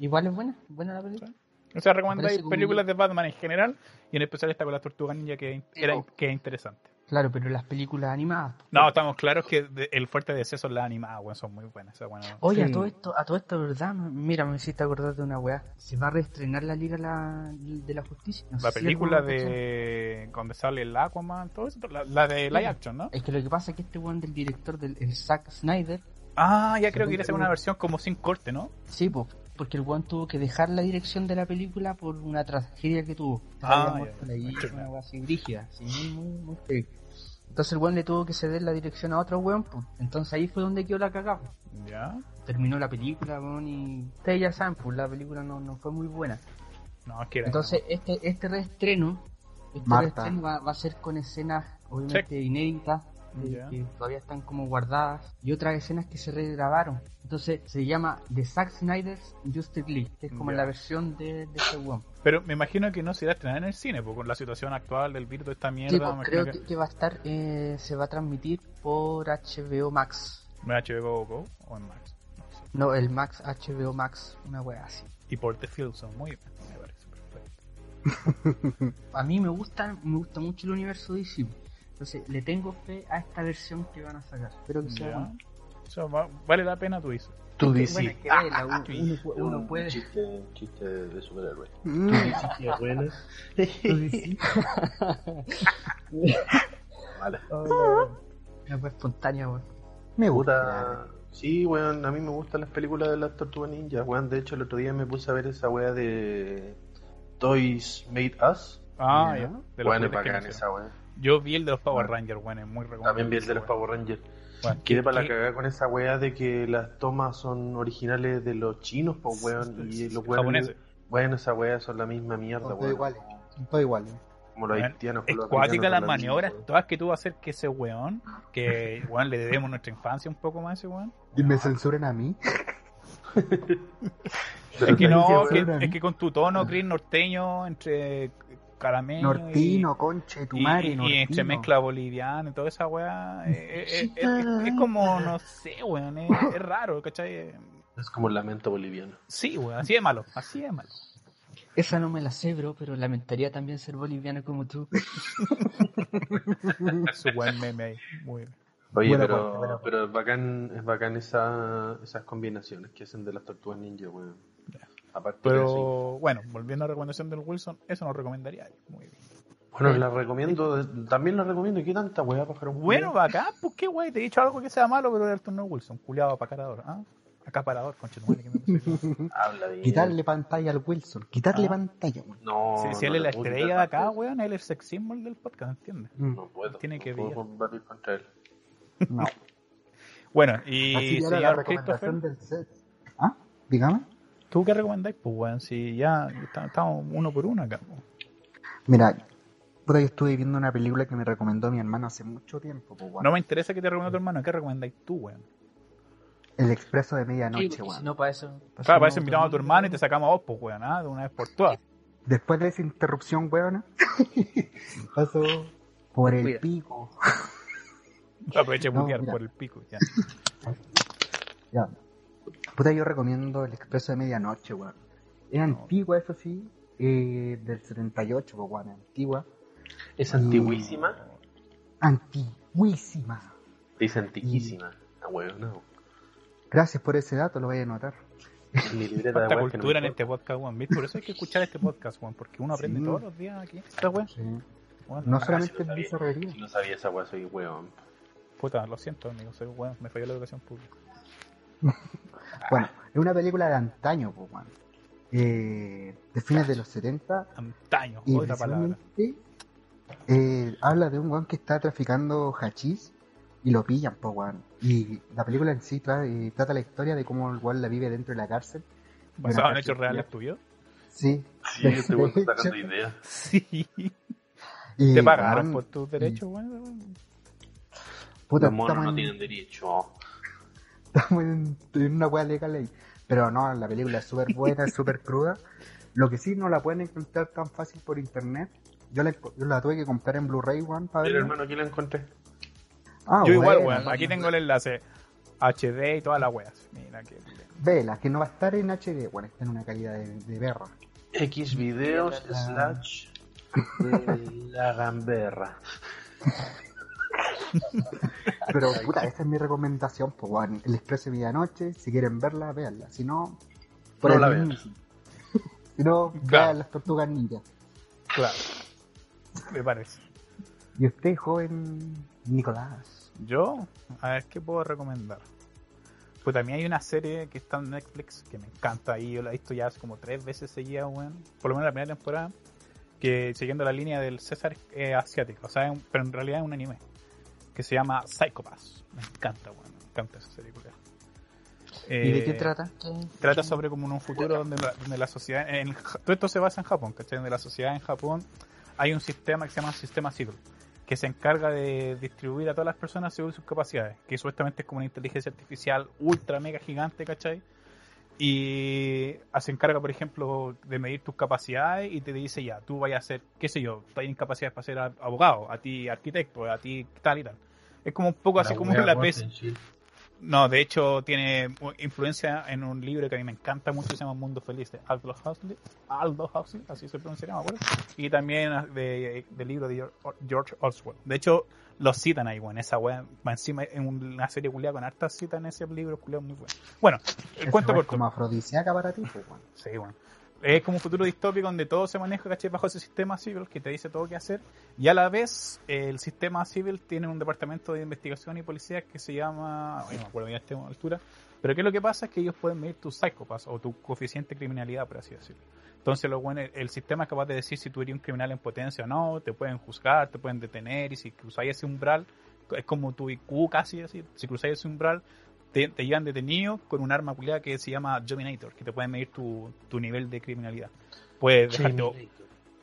Speaker 4: Igual es buena, buena la película.
Speaker 1: O sea, recomendáis
Speaker 4: Aparece como
Speaker 1: películas de Batman en general y en especial esta con las tortugas ninja que era que es interesante.
Speaker 4: Claro, pero las películas animadas.
Speaker 1: No, estamos claros que de- el fuerte de ese son las animadas, weón, ah, son muy buenas. Esas, weón.
Speaker 4: Oye,
Speaker 3: Sí.
Speaker 4: a todo esto, a todo esto, ¿verdad? M- Mira, me hiciste acordar de una weá. Se va a reestrenar la Liga la- de la Justicia. No
Speaker 1: la
Speaker 4: sé si
Speaker 1: película
Speaker 4: alguno cachó.
Speaker 1: de donde sale el Aquaman, todo eso, la, la de live action, ¿no?
Speaker 4: Es que lo que pasa es que este weón del director del el Zack Snyder,
Speaker 1: Ah, ya creo que
Speaker 4: Sí,
Speaker 1: quiere hacer
Speaker 4: sí.
Speaker 1: una versión como sin corte, ¿no?
Speaker 4: sí, po, porque el weón tuvo que dejar la dirección de la película por una tragedia que tuvo. Se
Speaker 1: Ah,
Speaker 4: había
Speaker 1: ya,
Speaker 4: muerto
Speaker 1: ya,
Speaker 4: la
Speaker 1: ya,
Speaker 4: hija,
Speaker 1: ya.
Speaker 4: una weá así brígida, así, muy, muy, muy feo. Entonces el weón le tuvo que ceder la dirección a otro weón, po. entonces ahí fue donde quedó la cagada. po.
Speaker 1: Ya.
Speaker 4: Terminó la película, weón, y ustedes ya saben, pues la película no, no fue muy buena.
Speaker 1: No, es que era-
Speaker 4: Entonces, este, este reestreno, este
Speaker 3: Marta.
Speaker 4: reestreno va, va a ser con escenas obviamente inéditas, eh,
Speaker 1: Ya.
Speaker 4: que todavía están como guardadas, y otras escenas que se regrabaron. Entonces, se llama The Zack Snyder's Justice League, que es como
Speaker 1: Ya.
Speaker 4: la versión de, de ese weón.
Speaker 1: Pero me imagino que no se irá a estrenar en el cine, porque con la situación actual del virus de esta mierda,
Speaker 4: Sí,
Speaker 1: me
Speaker 4: pues,
Speaker 1: imagino
Speaker 4: creo
Speaker 1: que-
Speaker 4: que, que va a estar, eh, se va a transmitir por HBO Max.
Speaker 1: ¿Me HBO Go o en Max? No sé.
Speaker 4: No, el Max, HBO Max, una wea así.
Speaker 1: Y por The Field son muy bien, me parece perfecto.
Speaker 4: A mí me gusta, me gusta mucho el universo DC. Entonces, le tengo fe a esta versión que van a sacar. Espero que sea buena.
Speaker 1: Ya. O sea, va- vale la pena tu hizo.
Speaker 2: Tú
Speaker 4: Qué
Speaker 2: dices. "Ah,
Speaker 4: buena que baila, uno- uno pu- uno
Speaker 2: Un
Speaker 4: puede-
Speaker 2: Chiste, chiste de superhéroe.
Speaker 3: Mm,
Speaker 2: Qué buena. Vale.
Speaker 4: Una wea espontánea, weón.
Speaker 3: me gusta.
Speaker 2: Puta. Sí, weón, a mí me gustan las películas de las Tortugas Ninja, weón. De hecho, el otro día me puse a ver esa wea de Toys Made Us.
Speaker 1: Ah,
Speaker 3: Ya.
Speaker 1: ya. De los
Speaker 2: Bueno,
Speaker 1: juguetes
Speaker 2: es
Speaker 1: que
Speaker 2: bacán
Speaker 1: nacieron.
Speaker 2: esa wea.
Speaker 1: Yo vi el de los Power Rangers, bueno, es muy recomendable.
Speaker 2: Ah. También vi el de los
Speaker 1: Bueno.
Speaker 2: Power Rangers.
Speaker 1: Bueno,
Speaker 2: Quedé para la
Speaker 1: que-
Speaker 2: cagada con esa wea de que las tomas son originales de los chinos, pues weón. Y los weones-
Speaker 1: japoneses.
Speaker 2: Bueno, esas weas son la misma mierda,
Speaker 3: Son
Speaker 2: weón.
Speaker 3: iguales. Todo igual.
Speaker 2: Como los
Speaker 1: Bueno,
Speaker 2: haitianos.
Speaker 1: Eh, Es
Speaker 2: con los
Speaker 1: cuática
Speaker 2: africanos,
Speaker 1: las
Speaker 2: con los
Speaker 1: maniobras
Speaker 2: niños,
Speaker 1: todas que tuvo a hacer que ese weón, que weón le debemos nuestra infancia un poco más a ese weón.
Speaker 3: Y me censuran a mí.
Speaker 2: weón.
Speaker 1: Es que no,
Speaker 3: Pero-
Speaker 1: que-
Speaker 3: pero-
Speaker 1: es que con tu tono gris norteño, entre carameño y-
Speaker 3: Nortino, conche, tu
Speaker 1: y,
Speaker 3: madre.
Speaker 1: y- y entre
Speaker 3: nortino.
Speaker 1: mezcla boliviana y toda esa weá. eh, eh, eh, es, es como, no sé, weón, es, es raro, ¿cachai? Eh,
Speaker 2: Es como el lamento boliviano.
Speaker 1: Sí, weón, así es malo, así es malo.
Speaker 4: Esa no me la sé, bro, pero lamentaría también ser boliviano como tú.
Speaker 1: Es su buen meme ahí, muy bien.
Speaker 2: Oye,
Speaker 3: Buena
Speaker 2: pero,
Speaker 3: aporte, buena aporte.
Speaker 2: pero es bacán, es bacán esa, esas combinaciones que hacen de las tortugas ninja, weón. Aparte de eso.
Speaker 1: Pero bueno, volviendo a la recomendación del Wilson, eso nos recomendaría. Muy bien. eh,
Speaker 2: Bueno, las recomiendo, también las recomiendo. ¿Qué tanta weá, pájaro?
Speaker 1: Bueno, bacán, pues qué guay, te he dicho algo que sea malo, pero el turno Wilson, culiado apacarador, ¿ah? Acaparador, conchetumare, que me puse.
Speaker 2: Habla bien.
Speaker 3: Quitarle pantalla al Wilson. Quitarle
Speaker 1: Ah.
Speaker 3: pantalla, weón.
Speaker 2: No,
Speaker 1: Si, si
Speaker 2: no
Speaker 1: él es
Speaker 2: le
Speaker 1: la
Speaker 2: puedo
Speaker 1: estrella de
Speaker 2: quitar
Speaker 1: acá,
Speaker 2: pantalla.
Speaker 1: weón, él es el sex symbol del podcast, ¿entiendes?
Speaker 3: Mm.
Speaker 2: No puedo.
Speaker 1: Tiene
Speaker 2: no
Speaker 1: que
Speaker 2: puedo
Speaker 1: brillar.
Speaker 2: combatir contra él.
Speaker 3: No.
Speaker 1: Bueno,
Speaker 3: Así
Speaker 1: y
Speaker 3: que ahora la
Speaker 1: señor Christopher,
Speaker 3: recomendación del set. ¿Ah? Dígame.
Speaker 1: ¿tú qué recomendáis? Pues, weón, si ya está- estamos uno por uno acá. pues. po.
Speaker 3: Mira, puta, yo estuve viendo una película que me recomendó mi hermano hace mucho tiempo, pues, weón.
Speaker 1: No me interesa que te recomienda tu hermano, ¿qué recomendáis tú, weón?
Speaker 3: El expreso de medianoche,
Speaker 4: Sí,
Speaker 3: weón.
Speaker 4: no, para eso.
Speaker 1: Claro, para eso invitamos a tu hermano y te sacamos a vos, pues, weón, ah, de una vez por todas.
Speaker 3: Después de esa interrupción, weón, pasó por el
Speaker 2: Cuida.
Speaker 3: pico.
Speaker 1: Aproveche de
Speaker 3: No,
Speaker 1: buquear
Speaker 3: mira.
Speaker 1: por el pico, ya.
Speaker 3: Ya. Puta, yo recomiendo el expreso de medianoche, weón. Es antigua, eso sí, eh, del 78, pues, weón, antigua.
Speaker 1: Ah.
Speaker 2: Es
Speaker 3: Mm.
Speaker 2: antiguísima.
Speaker 3: Antiguísima.
Speaker 2: Dice antiquísima. Ah, weón, no.
Speaker 3: Gracias por ese dato, lo voy a anotar.
Speaker 2: En Mi libreta de
Speaker 1: Tanta
Speaker 2: weas que no me
Speaker 1: cultura en
Speaker 2: importa.
Speaker 1: este podcast, weón. ¿viste? Por eso hay que escuchar este podcast, weón, porque uno aprende
Speaker 3: Sí.
Speaker 1: todos los días aquí. Esta weón,
Speaker 3: Sí.
Speaker 1: weón,
Speaker 3: No
Speaker 1: ah,
Speaker 3: solamente
Speaker 2: sí,
Speaker 3: en
Speaker 2: lo
Speaker 3: bizarrería.
Speaker 2: Si no sabía esa wea, soy weón.
Speaker 1: Puta, lo siento, amigo, soy weón, me falló la educación pública.
Speaker 3: Bueno, es una película de antaño, pues, weón. Eh, de fines de los 70
Speaker 1: Antaño,
Speaker 3: y
Speaker 1: otra palabra.
Speaker 3: precisamente, eh, habla de un weón que está traficando hachís y lo pillan, pues, weón. Y la película en sí trae- trata la historia de cómo el weón la vive dentro de la cárcel. De una
Speaker 1: ¿Basado en
Speaker 3: cárcel
Speaker 1: hechos reales
Speaker 3: fría.
Speaker 1: tuyos?
Speaker 3: Sí.
Speaker 2: Sí, este weón está sacando
Speaker 3: De hecho,
Speaker 2: ideas.
Speaker 1: Sí.
Speaker 3: y,
Speaker 1: ¿Te pagaron
Speaker 3: weón, Mm.
Speaker 1: por tus derechos, weón?
Speaker 3: puta,
Speaker 2: Los monos
Speaker 3: estamos
Speaker 2: no
Speaker 3: en-
Speaker 2: tienen derecho.
Speaker 3: estamos en, en una hueá legal ahí. Pero no, la película es súper buena, es súper cruda. Lo que sí no la pueden encontrar tan fácil por internet. Yo la, enco- yo la tuve que comprar en Blu-ray, weón, para
Speaker 2: Mira,
Speaker 3: verla.
Speaker 2: hermano, aquí la encontré.
Speaker 3: Ah,
Speaker 1: Yo igual,
Speaker 3: buena,
Speaker 1: weón. Aquí tengo el enlace HD y todas las weas. Mira que.
Speaker 3: Vela, que no va a estar en HD, bueno, está en una calidad de, de berra.
Speaker 2: X videos slash de la gamberra.
Speaker 3: Pero puta, esa es mi recomendación, pues weón. El Expreso de Medianoche, si quieren verla, véanla. Si no, por
Speaker 2: No
Speaker 3: el
Speaker 2: la vean.
Speaker 3: mismísimo. Si no,
Speaker 1: Claro.
Speaker 3: vean las tortugas ninja.
Speaker 1: Claro. Me parece.
Speaker 3: Y usted, joven Nicolás.
Speaker 1: Yo, a ver qué puedo recomendar. Pues también hay una serie que está en Netflix que me encanta y yo la he visto ya hace como tres veces seguida, weón. Por lo menos la primera temporada. Que siguiendo la línea del César eh, asiático, o sea, un- pero en realidad es un anime. Que se llama Psychopass. Me encanta, weón. Me encanta esa serie, culiao.
Speaker 4: ¿Y de qué
Speaker 1: Eh,
Speaker 4: trata?
Speaker 1: trata sobre como un futuro donde la, donde la sociedad en Ja- todo esto se basa en Japón ¿cachai? donde la sociedad en Japón hay un sistema que se llama sistema civil que se encarga de distribuir a todas las personas según sus capacidades que supuestamente es como una inteligencia artificial ultra mega gigante ¿cachai? y ah, se encarga por ejemplo de medir tus capacidades y te dice ya tú vayas a ser qué sé yo tienes capacidades para ser a- abogado a ti arquitecto a ti tal y tal es como un poco así como la pez no, de hecho tiene mu- influencia en un libro que a mí me encanta mucho, que se llama Mundo Feliz, de Aldo Huxley, Aldo Huxley así se pronunciaría, me acuerdo, y también ah, de- del libro de Geor- George Orwell. De hecho, los citan ahí, bueno, esa weá, más encima en una serie culiada con hartas citas en ese libro, culiado muy bueno. Bueno, el
Speaker 2: Eh,
Speaker 3: Esa
Speaker 1: cuento
Speaker 3: weá es
Speaker 1: corto.
Speaker 3: Como afrodisíaca para ti, pues weón.
Speaker 1: Sí, bueno. Es como un futuro distópico donde todo se maneja ¿cachai? bajo ese sistema civil que te dice todo qué hacer. Y a la vez, eh, el sistema civil tiene un departamento de investigación y policía que se llama. ay, no me acuerdo bien a esta altura. Pero que lo que pasa es que ellos pueden medir tu psychopath o tu coeficiente de criminalidad, por así decirlo. Entonces, lo bueno, el sistema es capaz de decir si tú eres un criminal en potencia o no, te pueden juzgar, te pueden detener, y si cruzáis ese umbral, es como tu IQ casi, así, si cruzáis ese umbral, te, te llevan detenido con un arma culiada que se llama Dominator, que te puede medir tu, tu nivel de criminalidad. Puedes dejarte,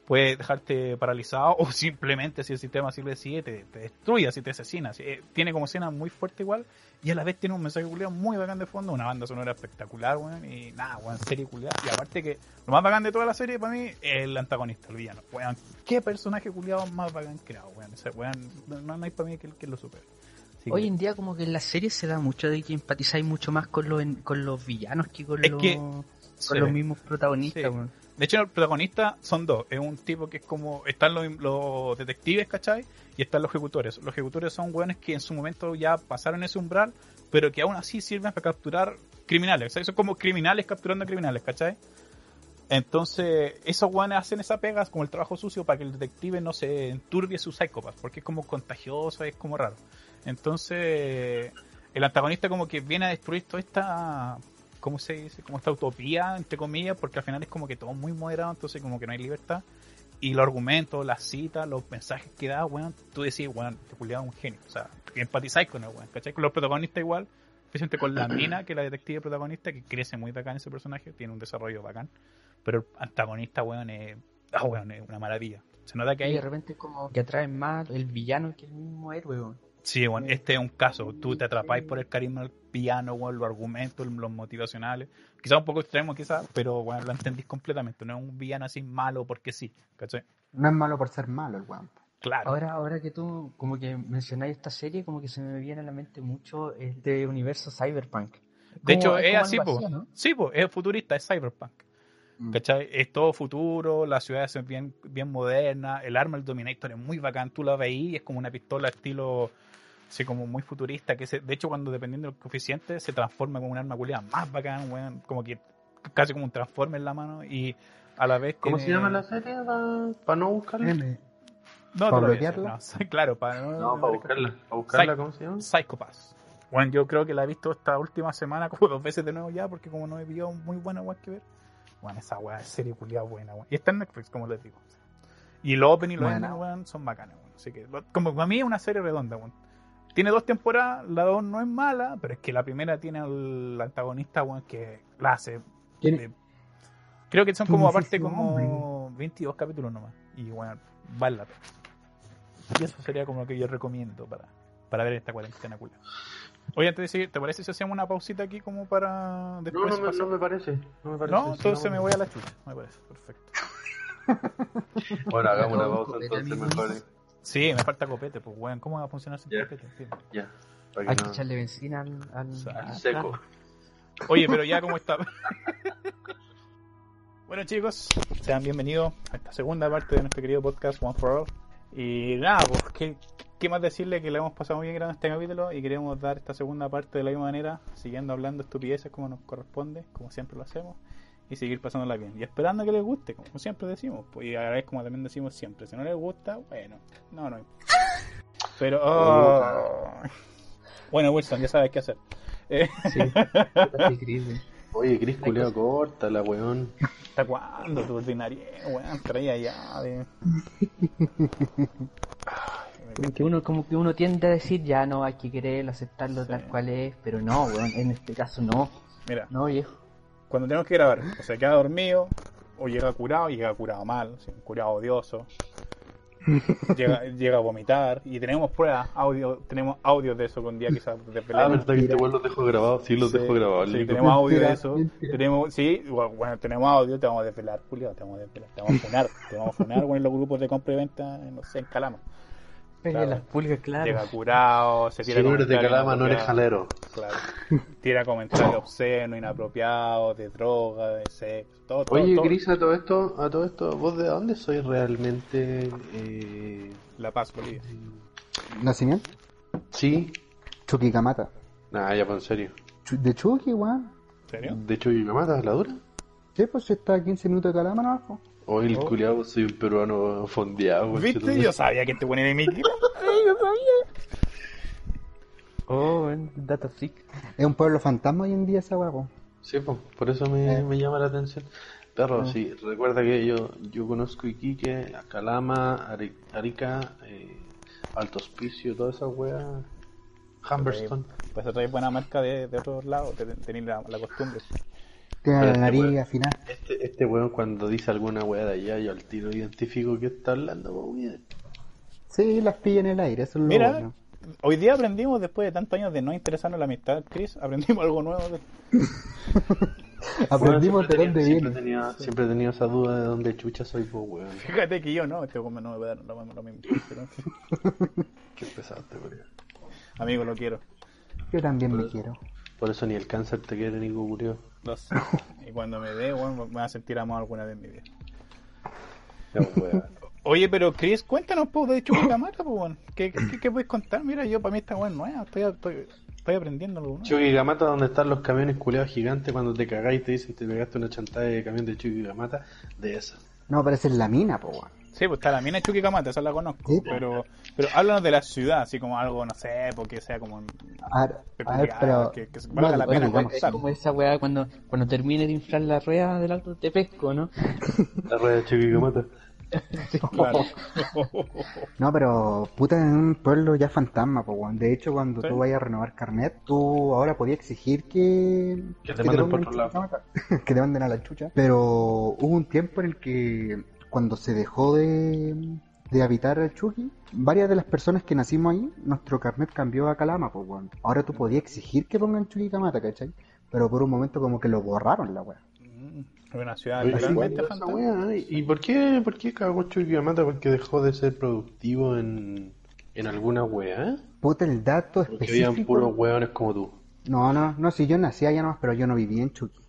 Speaker 1: puede dejarte paralizado o simplemente si el sistema sirve sigue te, te destruye, si te asesina. si- eh, tiene como escena muy fuerte igual y a la vez tiene un mensaje culiado muy bacán de fondo, una banda sonora espectacular, weón, y nada, weón, serie culiada. Y aparte que lo más bacán de toda la serie para mí es el antagonista, el villano. Weón, qué personaje culiado más bacán creado, weón. Ese weón, no, no hay para mí que, que lo supere. Así que-
Speaker 4: Hoy en día como que en las series se da mucho de que empatizáis mucho más con los, en- con los villanos que con
Speaker 1: Es
Speaker 4: los,
Speaker 1: que-
Speaker 4: con los mismos protagonistas.
Speaker 1: Sí.
Speaker 4: weón.
Speaker 1: De hecho, el protagonista son dos. Es un tipo que es como. Están los, los detectives, ¿cachai? Y están los ejecutores. Los ejecutores son hueones que en su momento ya pasaron ese umbral, pero que aún así sirven para capturar criminales. ¿cachai? Son como criminales capturando criminales, ¿cachai? Entonces, esos guanes hacen esa pega como el trabajo sucio para que el detective no se enturbie sus psicópatas, porque es como contagioso, es como raro. Entonces, el antagonista como que viene a destruir toda esta, ¿cómo se dice? Como esta utopía, entre comillas, porque al final es como que todo es muy moderado, entonces como que no hay libertad. Y los argumentos, las citas, los mensajes que da, weón, tú decís, weón, este culiao es un genio. O sea, empatizáis con el weón, ¿cachai? Con los protagonistas igual, especialmente con la mina, que es la detective protagonista, que crece muy bacán ese personaje, tiene un desarrollo bacán, pero el antagonista, weón, es, ah, weón, es una maravilla. Se nota que
Speaker 4: Y
Speaker 1: hay...
Speaker 4: de repente como que atraen más el villano que el mismo héroe, weón.
Speaker 1: Sí, weón, este es un caso. Tú te atrapáis por el carisma del piano, weón, los argumentos, los motivacionales. Quizás un poco extremo, quizás, pero bueno, lo entendís completamente. No es un villano así malo porque sí, ¿cachai?
Speaker 3: No es malo por ser malo el weón.
Speaker 1: Claro.
Speaker 4: Ahora, ahora que tú como que mencionáis esta serie, como que se me viene a la mente mucho este universo cyberpunk.
Speaker 1: de hecho,
Speaker 4: Como-
Speaker 1: es,
Speaker 4: como
Speaker 1: así,
Speaker 4: algo
Speaker 1: po.
Speaker 4: ¿no?
Speaker 1: Sí, po, es futurista, es cyberpunk.
Speaker 3: Mm.
Speaker 1: ¿Cachai? Es todo futuro, la ciudad es bien, bien moderna, el arma del Dominator es muy bacán, tú la veís, es como una pistola estilo, así como muy futurista, que se- de hecho cuando dependiendo del coeficiente se transforma como un arma culiada más bacán, weón, como que casi como un transforme en la mano y a la vez
Speaker 2: ¿Cómo se
Speaker 1: tiene-
Speaker 2: llama la serie? Para no buscarla.
Speaker 3: M.
Speaker 1: No, te lo voy a
Speaker 3: ¿Para
Speaker 1: decir,
Speaker 3: bloquearla?
Speaker 1: no. claro, para no,
Speaker 2: Eh, No, para buscarla. Para buscarla, ¿cómo se llama?
Speaker 1: Psychopath. Bueno, yo creo que la he visto esta última semana como dos veces de nuevo ya, porque como no he pillado muy buena weá que ver. Bueno, esa weá es serie culiada buena, weón. Y está en Netflix, como les digo. Y los open y los
Speaker 3: Buena.
Speaker 1: ending, weón, son bacanas, weón. Así que, lo- como para mí es una serie redonda, weón. Tiene dos temporadas, la dos no es mala, pero es que la primera tiene al antagonista, weón, que la hace.
Speaker 3: ¿Quién-
Speaker 1: de- creo que son
Speaker 3: quién
Speaker 1: como
Speaker 3: es ese
Speaker 1: aparte como 22 capítulos nomás. Y bueno, vale la pena. Y eso sería como lo que yo recomiendo para, para ver esta cuarentena culia. Oye, antes de seguir, ¿te parece si hacemos una pausita aquí como para
Speaker 2: No,
Speaker 1: después
Speaker 2: no me,
Speaker 1: pasar?
Speaker 2: no me parece. pues, No, me parece
Speaker 1: No, entonces me
Speaker 2: voy.
Speaker 1: voy a la chucha, me parece, perfecto.
Speaker 2: Bueno, hagamos una
Speaker 4: Todo un
Speaker 2: pausa entonces
Speaker 4: copete,
Speaker 2: mejor. eh,
Speaker 4: amigos.
Speaker 1: Sí, me falta copete, pues weón, ¿cómo va a funcionar sin
Speaker 2: Ya.
Speaker 1: copete? Sí.
Speaker 2: Ya. Para
Speaker 4: Hay
Speaker 2: que
Speaker 4: que
Speaker 2: no-
Speaker 4: echarle benzina al... al-
Speaker 1: Exacto.
Speaker 2: Seco.
Speaker 1: Oye, pero ya como está. bueno, chicos, sean bienvenidos a esta segunda parte de nuestro querido podcast One for All. Y nada, pues, ¿qué, qué más decirle que le hemos pasado muy bien grande este capítulo y queremos dar esta segunda parte de la misma manera, siguiendo hablando estupideces como nos corresponde, como siempre lo hacemos, y seguir pasándola bien. Y esperando que les guste, como siempre decimos, pues, y a la vez como también decimos siempre, si no les gusta, bueno, no, no. importa. Pero, oh. bueno, Wilson, ya sabes qué hacer. Eh,
Speaker 4: Sí, está increíble.
Speaker 2: Oye, Cris Culeo, córtala, weón.
Speaker 1: ¿Hasta cuándo tu ordinaria, weón? Traía llave.
Speaker 4: Porque uno como que uno tiende a decir, ya no, hay que querer aceptarlo
Speaker 1: Sí.
Speaker 4: tal cual es, pero no, weón, en este caso no.
Speaker 1: Mira,
Speaker 4: No, viejo.
Speaker 1: cuando tenemos que grabar, o se queda dormido, o llega curado, y llega curado mal, o sea, un curado odioso, llega, llega a vomitar, y tenemos pruebas, audio, tenemos audios de eso con día quizás
Speaker 2: Ah,
Speaker 1: desvelemos.
Speaker 2: verdad que este weón los dejo grabados. Sí, los
Speaker 1: Sí,
Speaker 2: dejo grabados.
Speaker 1: sí,
Speaker 2: Lico.
Speaker 1: tenemos audio de
Speaker 3: Mentira,
Speaker 1: eso.
Speaker 3: mentira.
Speaker 1: Tenemos, sí, bueno, bueno, tenemos audio, te vamos a desvelar, Julio, te vamos a desvelar, te vamos a funar, te vamos a funar con los grupos de compra y venta, no sé, en Calama. Claro.
Speaker 4: Pega las pulgas, claro.
Speaker 1: Llega curado, se
Speaker 2: Si
Speaker 1: tira
Speaker 2: no eres de
Speaker 1: comentarios
Speaker 2: Calama, no eres
Speaker 1: inapropiados.
Speaker 2: jalero.
Speaker 1: Claro. Tira comentarios obscenos, inapropiados, de droga, de sexo, todo, todo.
Speaker 2: Oye,
Speaker 1: todo.
Speaker 2: Cris, a todo esto, a todo esto, ¿vos de dónde sois realmente? Eh...
Speaker 1: La Paz, Bolivia.
Speaker 3: Nacimiento,
Speaker 2: Sí.
Speaker 3: Chuquicamata.
Speaker 2: Nah, ya, pues, en serio.
Speaker 3: Chu- De Chuqui, weón.
Speaker 1: ¿En serio?
Speaker 2: De hecho, ¿y me matas la dura?
Speaker 3: Sí, pues si está a 15 minutos de Calama, no, Pues, po.
Speaker 2: Hoy el
Speaker 1: Oh.
Speaker 2: culiao soy un peruano fondeado.
Speaker 1: ¿Viste?
Speaker 2: conchetumare.
Speaker 1: Yo sabía que este buen era Mickey.
Speaker 4: Oh, weón, data freak.
Speaker 3: Es un pueblo fantasma hoy en día esa weá, pues. po.
Speaker 2: Sí, po, por eso me, me llama la atención. Perro, sí, recuerda que yo, yo conozco Iquique, a Calama, Ari- Arica, eh, Alto Hospicio, toda esa wea. Humberston.
Speaker 1: Pues traes buena marca de, de otros lados, te- tenéis la, la costumbre.
Speaker 3: Tiene
Speaker 2: Pero
Speaker 3: la
Speaker 2: este
Speaker 3: nariz
Speaker 2: weón-
Speaker 3: afinada.
Speaker 2: Este, este weón cuando dice alguna wea de allá, yo al tiro identifico que está hablando, po, weón.
Speaker 3: Sí, las pilla en el aire, eso es lo
Speaker 1: Mira,
Speaker 3: bueno.
Speaker 1: hoy día aprendimos, después de tantos años de no interesarnos en la amistad, Chris, aprendimos algo nuevo. De...
Speaker 3: Aprendimos de
Speaker 2: Siempre
Speaker 3: dónde
Speaker 2: tenía-
Speaker 3: viene.
Speaker 2: Siempre tenía, siempre tenía esa duda de dónde chucha soy, po, weón.
Speaker 1: Fíjate que yo no, este hombre no me va a dar lo, mismo- lo mismo. pero-
Speaker 2: Qué pesado este weón.
Speaker 1: Amigo, lo quiero.
Speaker 3: Yo también me quiero.
Speaker 2: Por eso ni el cáncer te quiere, ni curio.
Speaker 1: Lo sé. Y cuando me dé, bueno, me va a sentir amado alguna vez en mi vida.
Speaker 2: Ya, pues, weón.
Speaker 1: Oye, pero Chris, cuéntanos un poco de Chuquicamata, pues, weón. ¿Qué, qué, qué puedes contar? Mira, yo para mí esta weón nueva, estoy, estoy, estoy aprendiendo algo nuevo.
Speaker 2: Chuquicamata, donde están los camiones culeados gigantes cuando te cagáis y te dicen te pegaste una chantada de camión de Chuquicamata, de esa.
Speaker 3: No, pero esa es la mina, po, weón.
Speaker 1: Sí, pues está la mina de Chuquicamata, esa la conozco.
Speaker 3: Sí, pues.
Speaker 1: pero, pero háblanos de la ciudad, así como algo, no sé, porque sea como.
Speaker 3: A ver, a ver,
Speaker 1: peculiar,
Speaker 3: pero.
Speaker 1: que, que valga la pena
Speaker 3: Bueno,
Speaker 1: pues.
Speaker 3: bueno,
Speaker 4: Es
Speaker 1: conversar.
Speaker 4: como esa weá cuando, cuando termine de inflar la rueda del auto te pesco, ¿no?
Speaker 2: La red de Chuquicamata.
Speaker 4: Sí.
Speaker 1: Claro.
Speaker 3: No, pero puta en un pueblo ya fantasma, po, weón. De hecho, cuando
Speaker 1: Sí.
Speaker 3: tú vayas a renovar carnet, tú ahora podías exigir que...
Speaker 2: Que te manden por otro
Speaker 3: la
Speaker 2: lado.
Speaker 3: chucha, que te manden a la chucha. Pero hubo un tiempo en el que cuando se dejó de, de habitar el Chucky, varias de las personas que nacimos ahí, nuestro carnet cambió a Calama, po, weón. Ahora tú podías exigir que pongan Chucky Camata, ¿cachai? Pero por un momento como que lo borraron la weá.
Speaker 1: Mm, Es una ciudad
Speaker 2: Oye, sí,
Speaker 1: realmente
Speaker 2: esa
Speaker 1: fantástica.
Speaker 2: wea, ¿eh? ¿Y por qué, por qué cagó Chucky Amata? Porque dejó de ser productivo en, en alguna wea.
Speaker 3: Puta, el dato
Speaker 2: Porque habían
Speaker 3: específico...
Speaker 2: puros weones como tú.
Speaker 3: No, no, no, si yo nací allá nomás, pero yo no viví en Chucky.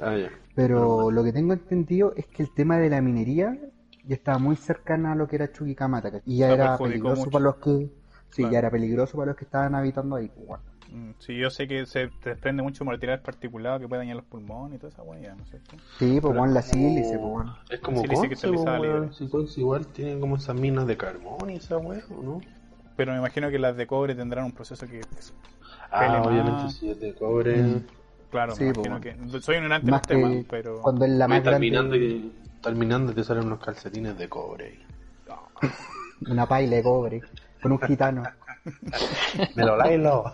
Speaker 2: Ah, ya.
Speaker 3: Pero
Speaker 1: pues.
Speaker 3: lo que tengo entendido es que el tema de la minería ya estaba muy cercana a lo que era Chuquicamata, ¿cachai? y ya
Speaker 1: Lo
Speaker 3: era
Speaker 1: perjudicó
Speaker 3: peligroso
Speaker 1: mucho.
Speaker 3: para los que sí,
Speaker 1: Claro.
Speaker 3: ya era peligroso para los que estaban habitando ahí. pues, bueno.
Speaker 1: Mm, Sí, yo sé que se te desprende mucho material particulado que puede dañar los pulmones y toda esa weá, ¿no es cierto?
Speaker 3: Sí, pues bueno, la
Speaker 2: es como-
Speaker 3: sílice, pues bueno.
Speaker 2: Es como
Speaker 1: Sí, le dice que
Speaker 2: Conce,
Speaker 1: te
Speaker 2: po,
Speaker 1: avisaba
Speaker 2: weón.
Speaker 1: libre.
Speaker 2: Si Conce igual tiene como esas minas de carbón y esa wea, ¿o no?
Speaker 1: Pero me imagino que las de cobre tendrán un proceso que,
Speaker 2: Ah,
Speaker 1: Pele,
Speaker 2: obviamente
Speaker 1: más.
Speaker 2: si es de cobre.
Speaker 3: Mm.
Speaker 1: claro,
Speaker 3: Sí,
Speaker 1: me
Speaker 3: pues,
Speaker 1: imagino que... Soy ignorante en
Speaker 3: Más
Speaker 1: el Este tema,
Speaker 3: que
Speaker 1: pero...
Speaker 3: cuando es la
Speaker 2: Oye,
Speaker 3: más grande,
Speaker 2: terminando, y, terminando te salen unos calcetines de cobre. ahí.
Speaker 3: una paila de cobre, con un gitano.
Speaker 2: ¡Me lo lailo!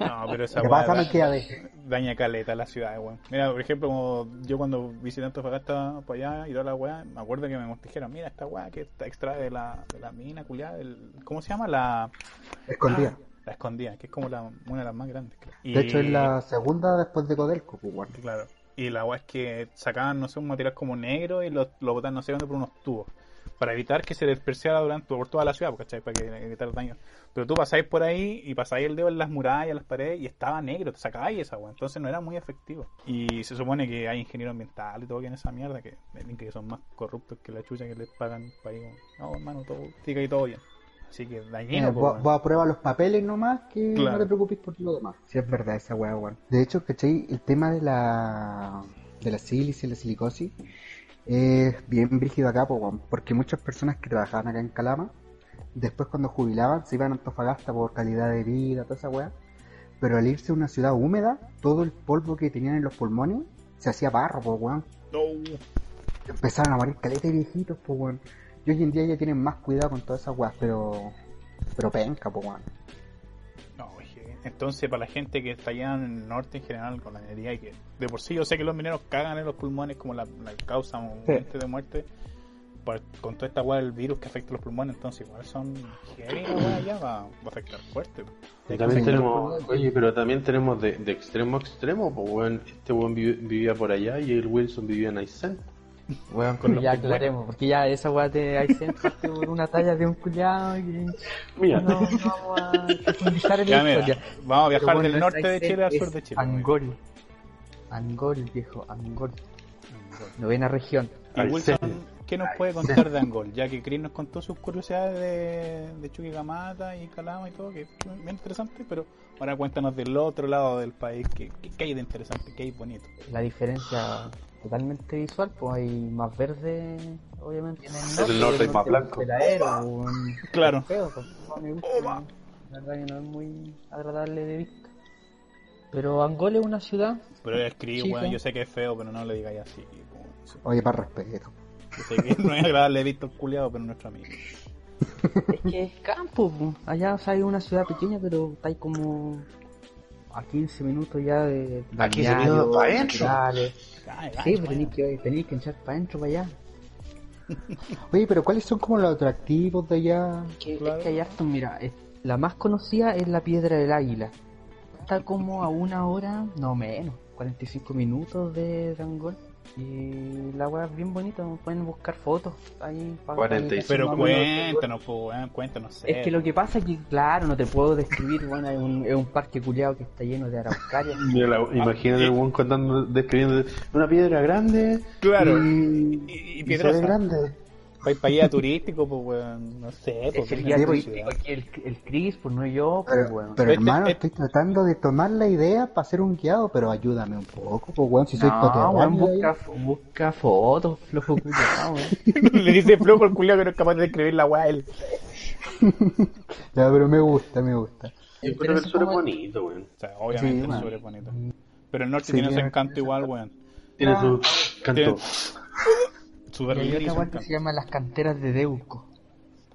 Speaker 1: No, pero esa
Speaker 3: ¿Qué
Speaker 1: weá
Speaker 3: pasa,
Speaker 1: da-
Speaker 3: me queda de?
Speaker 1: daña caleta la ciudad, weón. Mira, por ejemplo, como yo cuando visité Antofagasta para allá y toda la weá, me acuerdo que me dijeron, mira, esta weá que está extrae de la, de la mina culiada, del- ¿cómo se llama? La,
Speaker 3: Escondida.
Speaker 1: la escondida, que es como la, una de las más grandes, creo. Y-
Speaker 3: De hecho, es la segunda después de Codelco, pues bueno.
Speaker 1: Claro. Y la weá es que sacaban, no sé, un material como negro y lo, lo botaban no sé dónde por unos tubos. Para evitar que se dispersara durante, por toda la ciudad, ¿cachai? Para que, evitar daño. Pero tú pasáis por ahí y pasáis el dedo en las murallas, las paredes y estaba negro, te sacabais esa weá. Entonces no era muy efectivo. Y se supone que hay ingenieros ambientales y todo que en esa mierda que, que son más corruptos que la chucha que les pagan para ir. No, hermano, todo tica y todo bien. Así que dañino.
Speaker 3: Eh,
Speaker 1: po,
Speaker 3: Vos
Speaker 1: pues, weón.
Speaker 3: vos aprueba los papeles nomás, que
Speaker 1: Claro.
Speaker 3: no te preocupes por lo demás. Sí, es verdad esa weá, weón. De hecho, ¿cachai? El tema de la, de la sílice y la silicosis es bien brígido acá, po, weón, porque muchas personas que trabajaban acá en Calama, después cuando jubilaban, se iban a Antofagasta por calidad de vida, toda esa weá. Pero al irse a una ciudad húmeda, todo el polvo que tenían en los pulmones se hacía barro, po, weón.
Speaker 1: No.
Speaker 3: Empezaron a morir caleta de viejitos, po, weón. Y hoy en día ya tienen más cuidado con todas esas weas, pero... Pero penca, po, weón.
Speaker 1: No, oye, entonces para la gente que está allá en el norte en general con la minería y que de por sí yo sé que los mineros cagan en los pulmones como la, la causa moviente de muerte por- con toda esta weá del virus que afecta los pulmones, entonces igual son heavy la weá allá va, va a afectar fuerte.
Speaker 2: Y también
Speaker 3: Sí.
Speaker 2: tenemos, oye, pero también tenemos de, de extremo a extremo, pues weón, este weón vi- vivía por allá y el Wilson vivía en Aysén.
Speaker 1: Weón, con los
Speaker 4: ya
Speaker 1: pulmones.
Speaker 4: aclaremos, porque ya esa weá te hay parte por una talla de un culiado que
Speaker 2: Mira,
Speaker 4: no vamos a profundizar en
Speaker 1: Ya,
Speaker 4: la
Speaker 1: mira,
Speaker 4: historia.
Speaker 1: vamos a
Speaker 4: Pero
Speaker 1: viajar
Speaker 4: bueno,
Speaker 1: del
Speaker 4: no es
Speaker 1: norte de
Speaker 4: Aysén,
Speaker 1: Chile al
Speaker 4: es
Speaker 1: sur de Chile.
Speaker 4: Angol. Angol, viejo, Angol.
Speaker 1: Angol.
Speaker 4: Novena región.
Speaker 1: Y
Speaker 2: Aysén.
Speaker 1: Wilson, ¿qué nos puede contar de Angol? Ya que Chris nos contó sus curiosidades de, de Chuquicamata y Calama y todo, que es bien interesante, pero ahora cuéntanos del otro lado del país, que, que, que hay de interesante, que hay bonito.
Speaker 4: La diferencia totalmente visual, pues hay más verde, obviamente. En el
Speaker 2: norte hay más
Speaker 4: te
Speaker 2: blanco.
Speaker 4: gusta El aero, un-
Speaker 1: Claro.
Speaker 4: feo, pues, no me gusta, La verdad que no es muy agradable de vista. Pero Angol es una ciudad
Speaker 1: Pero es Chris,
Speaker 4: Chica.
Speaker 1: weón, yo sé que es feo, pero no le digáis así. weón.
Speaker 3: Oye, para respeto.
Speaker 1: Yo sé que no es agradable visto el culiado, pero nuestro amigo.
Speaker 4: que es campo. po. Allá o sea, hay una ciudad pequeña, pero está ahí como a 15 minutos ya de.
Speaker 2: A 15 minutos
Speaker 4: balnearios,
Speaker 2: pa' Ah, dentro.
Speaker 4: naturales.
Speaker 1: Ay,
Speaker 4: Sí,
Speaker 1: ay,
Speaker 4: pero
Speaker 1: weón.
Speaker 4: tenéis que, tenéis que echar para adentro, para allá.
Speaker 3: Oye, pero ¿cuáles son como los atractivos de allá?
Speaker 4: que,
Speaker 1: Claro.
Speaker 4: es que hay hartos, mira, es- la más conocida es la Piedra del Águila. Está como a una hora, no menos, 45 minutos de Rangol. Y la weá es bien bonita, pueden buscar fotos ahí. para-
Speaker 2: 45.
Speaker 1: Pero
Speaker 4: más o menos.
Speaker 1: cuéntanos, pues, weón, cuéntanos.
Speaker 4: Es que lo que pasa es que, claro, no te puedo describir, bueno, es un, es un parque culeado que está lleno de araucarias.
Speaker 2: Mira la- imagínate
Speaker 1: eh.
Speaker 2: el weón contando, describiendo una piedra grande.
Speaker 1: Claro.
Speaker 2: Y,
Speaker 1: Y, y,
Speaker 2: y
Speaker 1: y
Speaker 2: se ve
Speaker 1: Piedraza,
Speaker 2: grande.
Speaker 1: vais para allá turístico, pues, weón, no sé, pues,
Speaker 4: Es el
Speaker 1: weón,
Speaker 4: guía
Speaker 1: es
Speaker 3: voy-
Speaker 4: turístico, aquí el, el Chris, pues no yo, pues
Speaker 3: Pero,
Speaker 4: bueno.
Speaker 3: pero
Speaker 1: Este-
Speaker 3: hermano,
Speaker 1: este-
Speaker 3: estoy tratando de tomar la idea para hacer un guiado, pero ayúdame un poco, pues weón, si soy
Speaker 4: no,
Speaker 3: coteador.
Speaker 4: weón,
Speaker 3: de
Speaker 4: busca,
Speaker 3: ahí.
Speaker 4: busca fotos, flojo culeado, weón.
Speaker 1: Le dice flojo el culiado que no es capaz de escribir la weá a él.
Speaker 3: Ya, pero me gusta, me gusta.
Speaker 2: Yo encuentro que el
Speaker 4: Pero
Speaker 2: suelo es
Speaker 4: como-
Speaker 2: bonito, weón.
Speaker 1: O sea, obviamente
Speaker 3: Sí,
Speaker 1: no es
Speaker 3: man.
Speaker 1: súper bonito. Pero el norte
Speaker 3: Sí,
Speaker 1: tiene su
Speaker 3: tiene-
Speaker 1: encanto igual, weón.
Speaker 2: Tiene su canto.
Speaker 1: Tiene- Su,
Speaker 4: Y hay
Speaker 1: Superviviente
Speaker 4: otra
Speaker 1: hizo
Speaker 4: weá
Speaker 1: un
Speaker 4: que se
Speaker 1: cambio.
Speaker 4: llama Las Canteras de Deuco.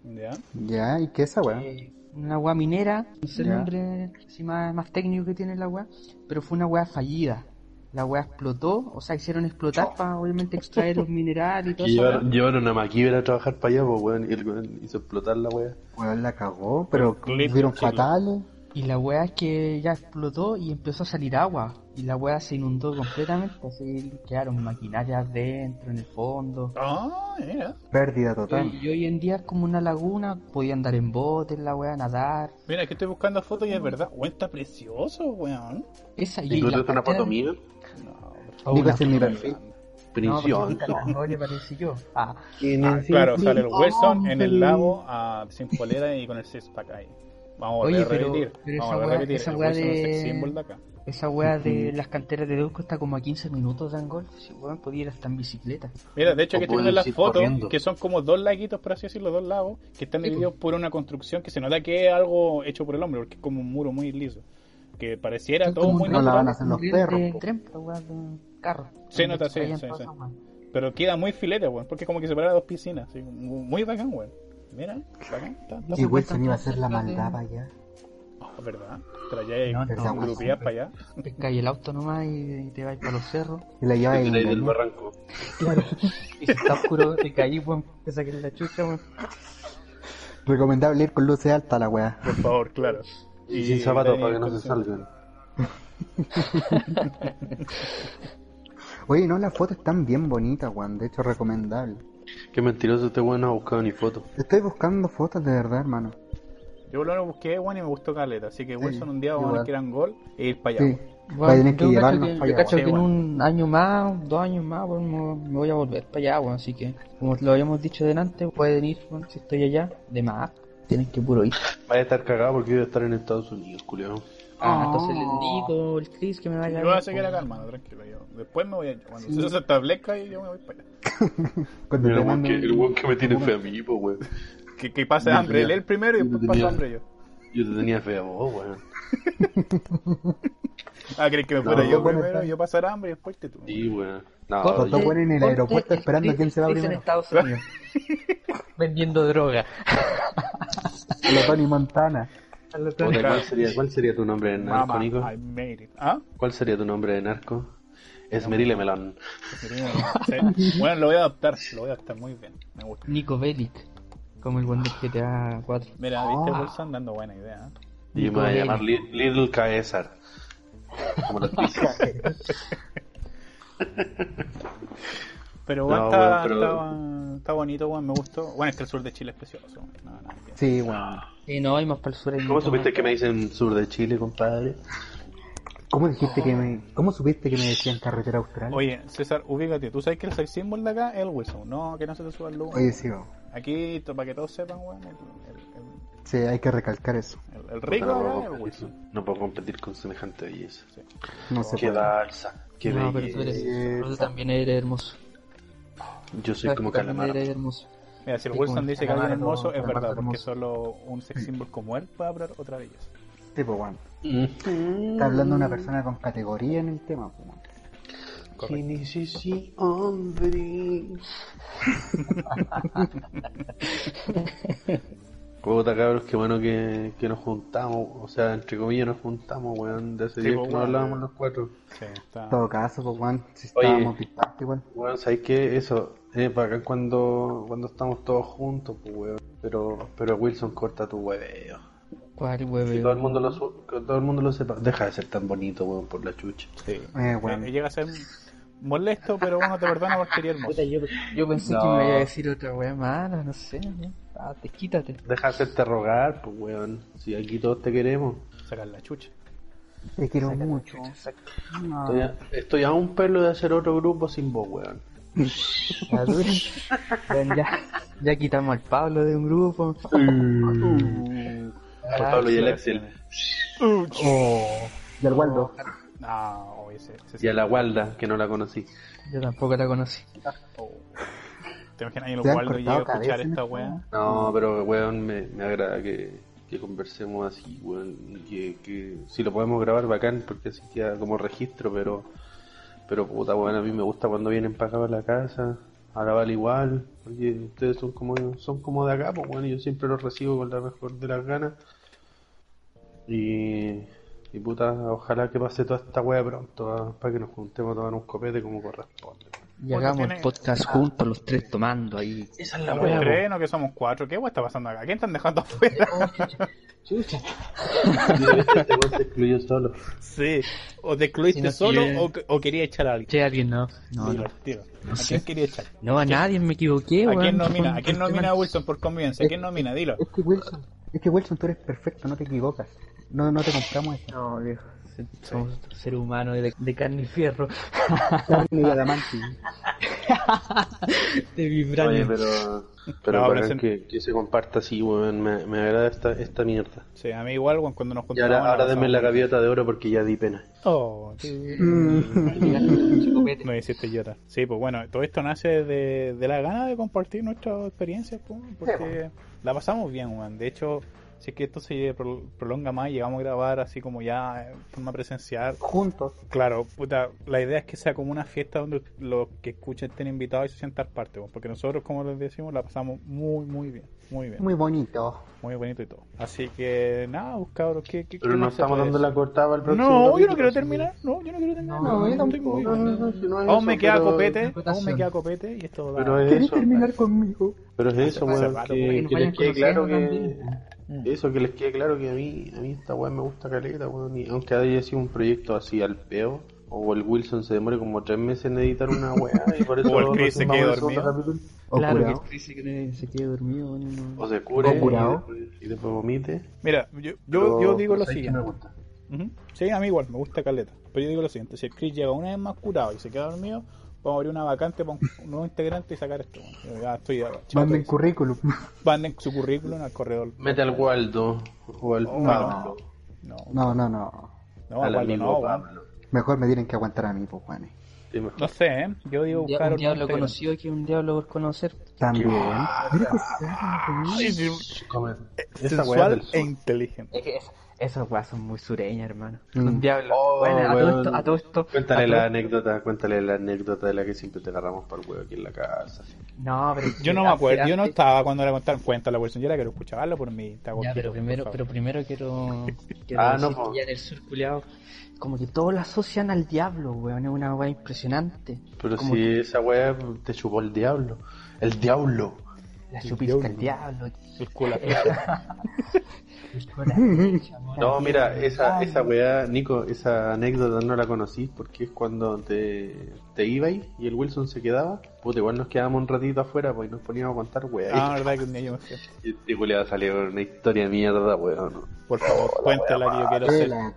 Speaker 1: ¿Ya?
Speaker 3: Ya, ¿y qué es esa weá?
Speaker 4: Eh, una weá minera, no sé el
Speaker 3: Ya.
Speaker 4: nombre así más, más técnico que tiene la weá, pero fue una weá fallida. La weá explotó, o sea, hicieron explotar para obviamente extraer los minerales y todo
Speaker 2: Y
Speaker 4: eso.
Speaker 2: llevaron, llevaron a Maquiver a trabajar para allá, pues, weón, y el weón hizo explotar la weá.
Speaker 3: Weón la cagó, pero
Speaker 1: Clip,
Speaker 3: vieron
Speaker 1: chico.
Speaker 3: fatales.
Speaker 4: Y la weá es que ya explotó y empezó a salir agua. Y la weá se inundó completamente, así quedaron maquinarias dentro, en el fondo.
Speaker 1: Ah, mira.
Speaker 3: Pérdida total.
Speaker 4: Y, y hoy en día es como una laguna, podía andar en bote, la weá, nadar.
Speaker 1: Mira, que estoy buscando fotos y es verdad. Weón, está precioso, weón.
Speaker 4: Esa
Speaker 2: Y tú
Speaker 4: la
Speaker 2: te haces una
Speaker 4: patera-
Speaker 2: foto mía,
Speaker 4: Oh,
Speaker 3: Digo,
Speaker 4: una
Speaker 3: ese es mi
Speaker 4: foto.
Speaker 3: perfil.
Speaker 4: No,
Speaker 2: prisión.
Speaker 4: porque la pobre parecí yo. Ah,
Speaker 1: Ah, claro, sale el Wilson en el lago ah, sin polera y con el six pack ahí. Vamos a volver
Speaker 4: Oye,
Speaker 1: a
Speaker 4: pero-
Speaker 1: repetir.
Speaker 4: pero
Speaker 1: Vamos a
Speaker 4: esa
Speaker 1: volver a
Speaker 4: weá-
Speaker 1: repetir.
Speaker 4: esa
Speaker 1: el
Speaker 4: weá
Speaker 1: Wilson es
Speaker 4: de-
Speaker 1: sex symbol de acá.
Speaker 4: esa weá de las canteras de Deuco está como a 15 minutos de Angol. Si weón podía ir hasta en bicicleta.
Speaker 1: Mira, de hecho
Speaker 2: O
Speaker 1: que estoy viendo
Speaker 2: puedes
Speaker 1: las
Speaker 2: ir
Speaker 1: fotos,
Speaker 2: corriendo.
Speaker 1: que son como dos laguitos, por así decirlo, dos lagos, que están
Speaker 4: Sí,
Speaker 1: divididos por una construcción que se nota que es algo hecho por el hombre, porque es como un muro muy liso. Que pareciera
Speaker 4: Son
Speaker 1: todo
Speaker 4: como
Speaker 1: muy
Speaker 3: No la
Speaker 1: natural,
Speaker 3: van a hacer los
Speaker 4: Tren
Speaker 3: perros.
Speaker 4: De
Speaker 3: po.
Speaker 4: tren, la weá de carro.
Speaker 1: Sí,
Speaker 4: Donde
Speaker 1: nota, sí,
Speaker 4: traían
Speaker 1: sí,
Speaker 4: todas
Speaker 1: sí.
Speaker 4: esas weas.
Speaker 1: pero queda muy filete, weón, porque como que separa dos piscinas, así, muy bacán, weón. Mira, bacán, está, está
Speaker 3: Y
Speaker 4: Estamos
Speaker 3: Wilson iba a hacer la
Speaker 4: contando de-
Speaker 3: maldad allá.
Speaker 1: oh, ¿verdad? Traía
Speaker 4: No,
Speaker 1: no,
Speaker 4: no,
Speaker 3: no.
Speaker 1: para allá.
Speaker 4: Pesca y el auto nomás y te vas para los cerros.
Speaker 3: Y la lleva
Speaker 2: Te
Speaker 3: en
Speaker 2: tiráis del
Speaker 3: engañar.
Speaker 2: barranco.
Speaker 4: Y si está oscuro, te caí, weón. Te saqué la chucha, weón.
Speaker 3: Recomendable ir con luces altas la weá.
Speaker 1: Por favor, claro.
Speaker 2: Y sin zapatos
Speaker 1: Dani,
Speaker 2: para que no se
Speaker 1: entonces-
Speaker 2: salgan.
Speaker 3: Oye, no, las fotos están bien bonitas, weón. De hecho, recomendable.
Speaker 2: Qué mentiroso este weón no ha buscado ni foto.
Speaker 3: Estoy buscando fotos de verdad, hermano.
Speaker 1: Yo lo busqué, weón, y me gustó Caleta, así que Wilson un día
Speaker 3: igual.
Speaker 1: vamos a ir a Angol e ir para allá.
Speaker 3: Sí.
Speaker 1: weón.
Speaker 3: Va a tener que
Speaker 4: yo cacho
Speaker 3: llevarnos
Speaker 4: que-
Speaker 3: para
Speaker 4: yo
Speaker 3: allá,
Speaker 4: cacho
Speaker 1: weón.
Speaker 4: que en
Speaker 1: Sí,
Speaker 4: un año más, dos años más, weón, me, me voy a volver para allá, weón. Así que, como lo habíamos dicho delante, pueden ir, weón, si estoy allá, de más. Tienen que puro ir.
Speaker 2: Vaya a estar cagado porque debe estar en Estados Unidos, culiao.
Speaker 4: Ah, entonces el Nico, el Chris, que me va a
Speaker 1: Yo
Speaker 4: caer.
Speaker 1: voy a seguir acá, hermano, tranquilo. Yo. Después me voy a. Cuando se establezca, yo me voy para allá.
Speaker 3: weón. Cuando
Speaker 2: Mira, el weón
Speaker 3: te mando-
Speaker 2: que, el weón que me tiene fe a mí, po, weón.
Speaker 1: Que, que pase
Speaker 2: Yo
Speaker 1: hambre,
Speaker 2: tenía-
Speaker 1: él el primero y
Speaker 2: yo
Speaker 1: después
Speaker 2: tenía-
Speaker 1: paso hambre yo.
Speaker 2: Yo te tenía fe a vos, weón.
Speaker 1: Ah, crees que me fuera
Speaker 2: No,
Speaker 1: yo
Speaker 3: bueno,
Speaker 1: primero,
Speaker 3: está-
Speaker 1: yo pasar hambre y después te tú.
Speaker 2: Sí, weón. No,
Speaker 3: Corte.
Speaker 2: yo-
Speaker 3: Los dos ponen en el aeropuerto esperando a quién se va
Speaker 4: Chris en
Speaker 3: primero.
Speaker 4: Estados Unidos. Vendiendo droga.
Speaker 3: la Tony Montana.
Speaker 2: Puta, ¿cuál, sería, ¿Cuál sería tu nombre de narco,
Speaker 1: Mama,
Speaker 2: Nico?
Speaker 1: I made it. ¿Ah?
Speaker 2: ¿Cuál sería tu nombre de narco? Esmerile Melón.
Speaker 1: Sí. Bueno, lo voy a adaptar, lo voy a adaptar muy bien. Me gusta.
Speaker 4: Nico Bellic. Como el buen del GTA 4.
Speaker 1: Mira, viste
Speaker 4: Ah.
Speaker 1: Wilson dando buena idea. ¿eh?
Speaker 2: Y me voy a llamar Li- Little Caesar. Como los pizzas.
Speaker 1: Pero bueno,
Speaker 2: No,
Speaker 1: está,
Speaker 2: bueno, pero-
Speaker 1: está- está bonito, bueno, me gustó. Bueno, es que el sur de Chile es precioso. bueno, No, nada que-
Speaker 3: Sí, weón.
Speaker 1: Ah.
Speaker 4: Y no, y más para el sur. hay
Speaker 2: ¿Cómo
Speaker 4: mucho
Speaker 2: supiste
Speaker 4: más.
Speaker 2: que me dicen sur de Chile, compadre?
Speaker 3: ¿Cómo dijiste que me... ¿Cómo supiste que me decían carretera austral? Oye,
Speaker 1: Oye, César, ubícate. ¿Tú sabes que el sex symbol de acá es el Wilson? No, que no se te suba el luz.
Speaker 3: sí, weón.
Speaker 1: Aquí, to- para que todos sepan, weón, el- el- el-
Speaker 3: Sí, hay que recalcar eso.
Speaker 1: El, el rico
Speaker 2: no,
Speaker 1: acá
Speaker 2: puedo
Speaker 1: es el
Speaker 2: competir,
Speaker 1: Wilson.
Speaker 2: no puedo competir con semejante belleza.
Speaker 3: No se
Speaker 2: Qué
Speaker 3: puede.
Speaker 2: balsa, qué
Speaker 4: No, pero tú,
Speaker 2: belleza.
Speaker 4: eres, pero tú también eres hermoso.
Speaker 2: Yo soy
Speaker 4: Sabes
Speaker 2: eh, como
Speaker 4: que también
Speaker 2: calamar.
Speaker 4: eres hermoso.
Speaker 1: Mira, si el
Speaker 4: Sí,
Speaker 1: Wilson
Speaker 4: como
Speaker 1: dice que
Speaker 3: Calamar
Speaker 1: alguien es
Speaker 3: es
Speaker 1: hermoso,
Speaker 3: todo-
Speaker 1: es
Speaker 3: Calamar
Speaker 1: verdad,
Speaker 3: es
Speaker 1: porque
Speaker 3: hermoso.
Speaker 1: solo un sex symbol como él puede hablar otra belleza.
Speaker 3: Sí, pues, weón.
Speaker 2: Mm.
Speaker 3: Está hablando una persona con categoría en el tema, pues, weón.
Speaker 2: Que necesito hombre. Puta cabros, qué bueno que, que nos juntamos, o sea, entre comillas nos juntamos, weón, de hace
Speaker 1: Sí,
Speaker 2: días
Speaker 1: pues,
Speaker 2: que no
Speaker 1: weón.
Speaker 2: hablábamos los cuatro.
Speaker 1: Sí, está.
Speaker 3: En todo caso, pues, weón. Si
Speaker 2: Oye.
Speaker 3: estábamos distantes, weón.
Speaker 2: Weón, ¿sabéis qué? Eso, eh, para acá cuando, cuando estamos todos juntos, pues, weón. Pero, pero Wilson, corta tu hueveo.
Speaker 4: ¿Cuál
Speaker 2: Que todo
Speaker 4: hueveo?
Speaker 2: el mundo lo, su- que todo el mundo lo sepa. Deja de ser tan bonito, weón, por la chucha.
Speaker 1: Sí.
Speaker 3: Eh, weón.
Speaker 1: Eh, llega a ser molesto, pero bueno, te perdona porque eres hermoso.
Speaker 4: Puta, yo, yo pensé
Speaker 2: No.
Speaker 4: que me iba a decir otra wea mala, no sé. ¿no? Ah, te quítate.
Speaker 2: Deja de hacerte rogar, pues, weón. Si aquí todos te queremos.
Speaker 1: Sacar la chucha.
Speaker 2: eh,
Speaker 3: Te quiero mucho. No.
Speaker 2: Estoy a, estoy a un pelo de hacer otro grupo sin vos, weón.
Speaker 4: La dura. Ven, ya, ya quitamos al Pablo de un grupo.
Speaker 2: Por Pablo y el
Speaker 1: sí,
Speaker 2: Axel.
Speaker 3: Y al Waldo.
Speaker 1: Oh. Ah, oye, ese, ese-
Speaker 2: Y a la Walda, que no la conocí.
Speaker 4: Yo tampoco la conocí.
Speaker 1: oh. ¿Te imaginas ahí el
Speaker 3: Te han
Speaker 1: Waldo llega a
Speaker 3: cortado
Speaker 1: escuchar
Speaker 3: cabeza en
Speaker 1: esta
Speaker 3: esta
Speaker 1: wea?
Speaker 2: No, pero, weón, me, me agrada que, que conversemos así, weón. Y que, que si lo podemos grabar, bacán, porque así queda como registro, pero... Pero, puta, weón, a mí me gusta cuando vienen para acá a la casa. a la Val igual, porque ustedes son como, son como de acá, pues bueno, yo siempre los recibo con la mejor de las ganas. Y, y puta, ojalá que pase toda esta wea pronto, ah, para que nos juntemos a tomar un copete como corresponde.
Speaker 4: Y hagamos el
Speaker 1: tiene-
Speaker 4: podcast juntos, los tres tomando ahí.
Speaker 2: Esa es la
Speaker 1: Estamos
Speaker 2: wea, po.
Speaker 1: tres, no que somos cuatro. ¿Qué hueá está pasando acá? ¿Quién están dejando afuera?
Speaker 4: Chucha.
Speaker 2: Este weón se excluyó solo.
Speaker 1: Sí. ¿O te excluiste
Speaker 4: Si no
Speaker 1: solo
Speaker 4: quiere-
Speaker 1: o, que- o quería echar a alguien?
Speaker 4: Sí, alguien no. No, no.
Speaker 1: Divertido.
Speaker 4: No
Speaker 1: ¿A quién
Speaker 4: sé.
Speaker 1: quería echar?
Speaker 4: No, a nadie me equivoqué,
Speaker 1: ¿A
Speaker 4: weón.
Speaker 1: quién nomina? ¿A quién
Speaker 4: Fue un
Speaker 1: nomina a
Speaker 4: tema-
Speaker 1: Wilson por conveniencia? ¿A quién nomina? Dilo.
Speaker 3: Es que Wilson, es que Wilson, tú eres perfecto, no te equivocas. No, no te compramos esta
Speaker 4: No, viejo. Somos seres humanos de, de carne y fierro.
Speaker 3: carne y adamante.
Speaker 4: de
Speaker 2: Oye,
Speaker 4: vibranio.
Speaker 2: pero, pero
Speaker 1: No, pero
Speaker 2: bacán
Speaker 1: se-
Speaker 2: que, que se comparta así, weón, me, me agrada esta, esta mierda.
Speaker 1: Sí, a mí igual weón, cuando nos
Speaker 2: Y
Speaker 1: juntamos.
Speaker 2: ahora, ahora
Speaker 1: nos
Speaker 2: denme la
Speaker 1: pasamos.
Speaker 2: gaviota de oro porque ya di pena.
Speaker 1: Oh, sí.
Speaker 3: Mm.
Speaker 1: Me hiciste llorar. Sí, pues bueno, todo esto nace de, de la gana de compartir nuestras experiencias, pues, porque la pasamos bien, weón. De hecho, si es que esto se pro- prolonga más y llegamos a grabar así como ya en forma presencial,
Speaker 3: Juntos.
Speaker 1: Claro, puta, la idea es que sea como una fiesta donde los que escuchen estén invitados y se sientan parte, weón, porque nosotros, como les decimos, la pasamos muy, muy bien, muy bien,
Speaker 3: Muy bonito.
Speaker 1: muy bonito y todo. Así que nada, pues, cabros, ¿qué, qué,
Speaker 2: Pero
Speaker 1: qué
Speaker 2: no
Speaker 1: más se
Speaker 2: estamos
Speaker 1: puede
Speaker 2: dando la
Speaker 1: decir?
Speaker 2: cortada para el próximo.
Speaker 1: No, yo no
Speaker 2: capítulo,
Speaker 1: quiero
Speaker 2: así que-
Speaker 1: terminar, no, yo no quiero terminar.
Speaker 3: No, yo
Speaker 1: estoy
Speaker 3: tampoco,
Speaker 1: muy
Speaker 2: No,
Speaker 1: bien.
Speaker 2: no, no, si no es
Speaker 1: Aún me
Speaker 2: eso,
Speaker 1: queda
Speaker 2: pero-
Speaker 1: copete, aún me
Speaker 4: reputación.
Speaker 1: queda copete y esto da-
Speaker 2: Pero es
Speaker 3: ¿Quieres
Speaker 2: eso,
Speaker 3: terminar conmigo?
Speaker 2: pero es eso,
Speaker 1: Hace
Speaker 2: weón,
Speaker 1: rato,
Speaker 2: que,
Speaker 1: weón,
Speaker 2: que
Speaker 4: vayan
Speaker 2: les quede claro que...
Speaker 4: conociendo
Speaker 1: Mm.
Speaker 2: Eso, que les quede claro que a mí, a mí esta weón me gusta caleta, weón, y aunque haya sido un proyecto así al peo, o el Wilson se demore como tres meses en editar una weá, y por eso...
Speaker 1: O el Chris se
Speaker 2: vamos
Speaker 1: quede
Speaker 2: al segundo
Speaker 1: dormido.
Speaker 2: capítulo.
Speaker 3: O
Speaker 4: claro
Speaker 3: curado.
Speaker 4: que dice que se quede dormido. weón, y no-
Speaker 2: O se cure,
Speaker 3: O
Speaker 2: y
Speaker 3: curado.
Speaker 2: después- y después vomite.
Speaker 1: Mira, yo, yo,
Speaker 2: Pero,
Speaker 1: yo digo
Speaker 2: pues,
Speaker 1: lo
Speaker 2: ahí que
Speaker 1: siguiente.
Speaker 2: me gusta.
Speaker 1: Ujú. Sí, a mí igual, me gusta Caleta. Pero yo digo lo siguiente, si el Chris llega una vez más curado y se queda dormido, vamos a abrir una vacante para un, un nuevo integrante y sacar esto. bueno. Yo ya estoy chato de
Speaker 3: Manden
Speaker 1: eso.
Speaker 3: currículum.
Speaker 1: Manden su currículum al corredor.
Speaker 2: Mete al Waldo, o al
Speaker 1: Oh,
Speaker 2: Pablo,
Speaker 1: No,
Speaker 3: No, no, no.
Speaker 1: no,
Speaker 2: al
Speaker 1: Waldo,
Speaker 2: amigo
Speaker 1: no, weón.
Speaker 2: Pablo.
Speaker 3: Mejor me tienen que aguantar a mí, pues, Juanes.
Speaker 2: Sí, mejor.
Speaker 1: No sé, ¿eh? yo digo
Speaker 4: Un dia-
Speaker 1: buscar
Speaker 4: un diablo
Speaker 1: integrante.
Speaker 4: conocido que un diablo por conocer.
Speaker 3: También. Mira que sabe,
Speaker 1: Ay, sí,
Speaker 2: Come. Esa weá
Speaker 1: Sensual
Speaker 2: del
Speaker 1: e
Speaker 2: sur.
Speaker 1: inteligente.
Speaker 4: Es que es- esas weas son muy sureñas, hermano.
Speaker 3: Mm.
Speaker 4: Un diablo.
Speaker 2: Oh,
Speaker 4: bueno, a todo
Speaker 2: weón.
Speaker 4: esto, a todo esto.
Speaker 2: Cuéntale
Speaker 4: a
Speaker 2: la
Speaker 4: todo-
Speaker 2: anécdota, cuéntale la anécdota de la que siempre te agarramos para el huevo aquí en la casa.
Speaker 4: No, pero es que
Speaker 1: Yo no me
Speaker 4: hace-
Speaker 1: acuerdo, yo no
Speaker 4: hace-
Speaker 1: estaba cuando la contaron. Cuéntala, Wilson, yo la quiero escucharla por mí. Te hago
Speaker 4: Ya,
Speaker 1: quiero,
Speaker 4: pero
Speaker 1: por
Speaker 4: primero,
Speaker 1: favor.
Speaker 4: pero primero quiero, quiero
Speaker 2: Ah,
Speaker 4: decir
Speaker 2: no, po.
Speaker 4: que ya en el sur culiao, como que todos lo asocian al diablo, weón, es una weá impresionante.
Speaker 2: Pero
Speaker 4: como
Speaker 2: si
Speaker 4: que
Speaker 2: esa weá te chupó el diablo. El diablo.
Speaker 4: la
Speaker 1: el
Speaker 4: chupiste al
Speaker 1: diablo.
Speaker 4: diablo.
Speaker 1: El culo. Ah,
Speaker 2: No, mira, esa, esa weá, Nico, esa anécdota no la conocí porque es cuando te, te ibas y el Wilson se quedaba. Puta, igual nos quedábamos un ratito afuera pues, y nos poníamos a contar weá.
Speaker 1: Ah, verdad que un día yo me fui.
Speaker 2: Y este culiado salió una historia de mierda, weón.
Speaker 1: Por favor, cuéntala que yo quiero
Speaker 3: Que
Speaker 1: ser.
Speaker 3: la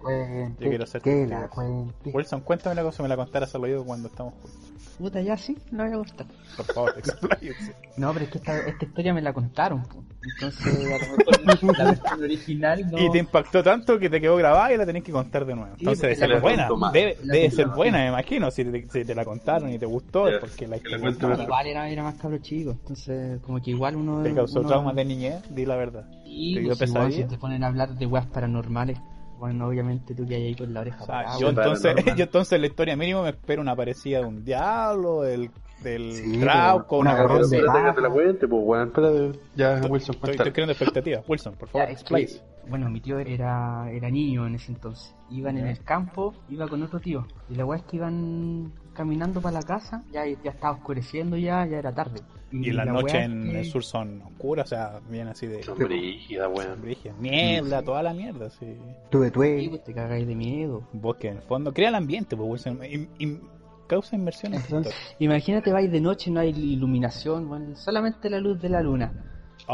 Speaker 1: Yo quiero ser
Speaker 3: cuente. Que
Speaker 1: testigo.
Speaker 3: la cuente.
Speaker 1: Wilson, cuéntame una cosa, me la contarás al oído cuando estamos juntos.
Speaker 4: Puta, ya sí, no voy a gustar.
Speaker 1: Por favor, expláyense.
Speaker 4: No, pero es que esta, esta historia me la contaron, po. Entonces, a lo mejor la versión original no...
Speaker 1: Y te impactó tanto que te quedó grabada y la tenés que contar de nuevo. Entonces debe
Speaker 4: porque
Speaker 1: ser
Speaker 2: la-
Speaker 1: buena.
Speaker 2: la-
Speaker 1: Debe,
Speaker 4: la-
Speaker 1: debe
Speaker 4: la-
Speaker 1: ser
Speaker 4: la-
Speaker 1: buena, me imagino. Si te, si te la contaron y te gustó, es
Speaker 2: Ya,
Speaker 1: porque la
Speaker 2: que
Speaker 1: historia
Speaker 2: la
Speaker 1: es
Speaker 2: cuente
Speaker 1: buena.
Speaker 2: mejor.
Speaker 4: Igual era, era más cabro chico, entonces como que igual uno...
Speaker 1: ¿Te causó
Speaker 4: uno-
Speaker 1: traumas de niñez? Di la verdad.
Speaker 4: Sí,
Speaker 1: ¿Te dio
Speaker 4: pues, si, weón, si
Speaker 1: pesadillas?
Speaker 4: te ponen a hablar de weas paranormales, bueno, obviamente tú que hay ahí con la oreja
Speaker 1: O sea,
Speaker 2: Ah,
Speaker 4: parada,
Speaker 1: yo
Speaker 4: weón.
Speaker 1: entonces,
Speaker 2: paranormal.
Speaker 1: yo entonces la historia mínimo me espero una parecida de un diablo, del, del
Speaker 3: Sí,
Speaker 1: trauco,
Speaker 3: una
Speaker 1: una
Speaker 3: gorra
Speaker 1: cosa
Speaker 3: de-
Speaker 1: así.
Speaker 3: espérate que
Speaker 2: te la cuente, pues weón. Espérate, ya, Wilson,
Speaker 1: Estoy, estoy creando expectativas. Wilson, por
Speaker 4: Ya,
Speaker 1: favor,
Speaker 4: es que,
Speaker 1: explain.
Speaker 4: bueno, mi tío era, era niño en ese entonces. Iban en el campo, iba con otro tío. Y la wea es que iban caminando para la casa, ya, ya estaba oscureciendo ya, ya era tarde.
Speaker 1: Y las
Speaker 4: la
Speaker 1: noches
Speaker 4: wea es
Speaker 1: en
Speaker 4: que-
Speaker 1: el sur son oscuras, o sea, bien así de
Speaker 2: Son brígidas, weón.
Speaker 1: brígidas, niebla, toda la mierda, sí.
Speaker 3: Tuve,
Speaker 4: Sí,
Speaker 3: tuve.
Speaker 4: pues, te cagáis de miedo.
Speaker 1: Bosque en el fondo, crea el ambiente, pues Wilson, im- im- causa inmersión en tu
Speaker 4: Entonces,
Speaker 1: historia.
Speaker 4: imagínate, vais de noche, no hay iluminación, bueno, solamente la luz de la luna.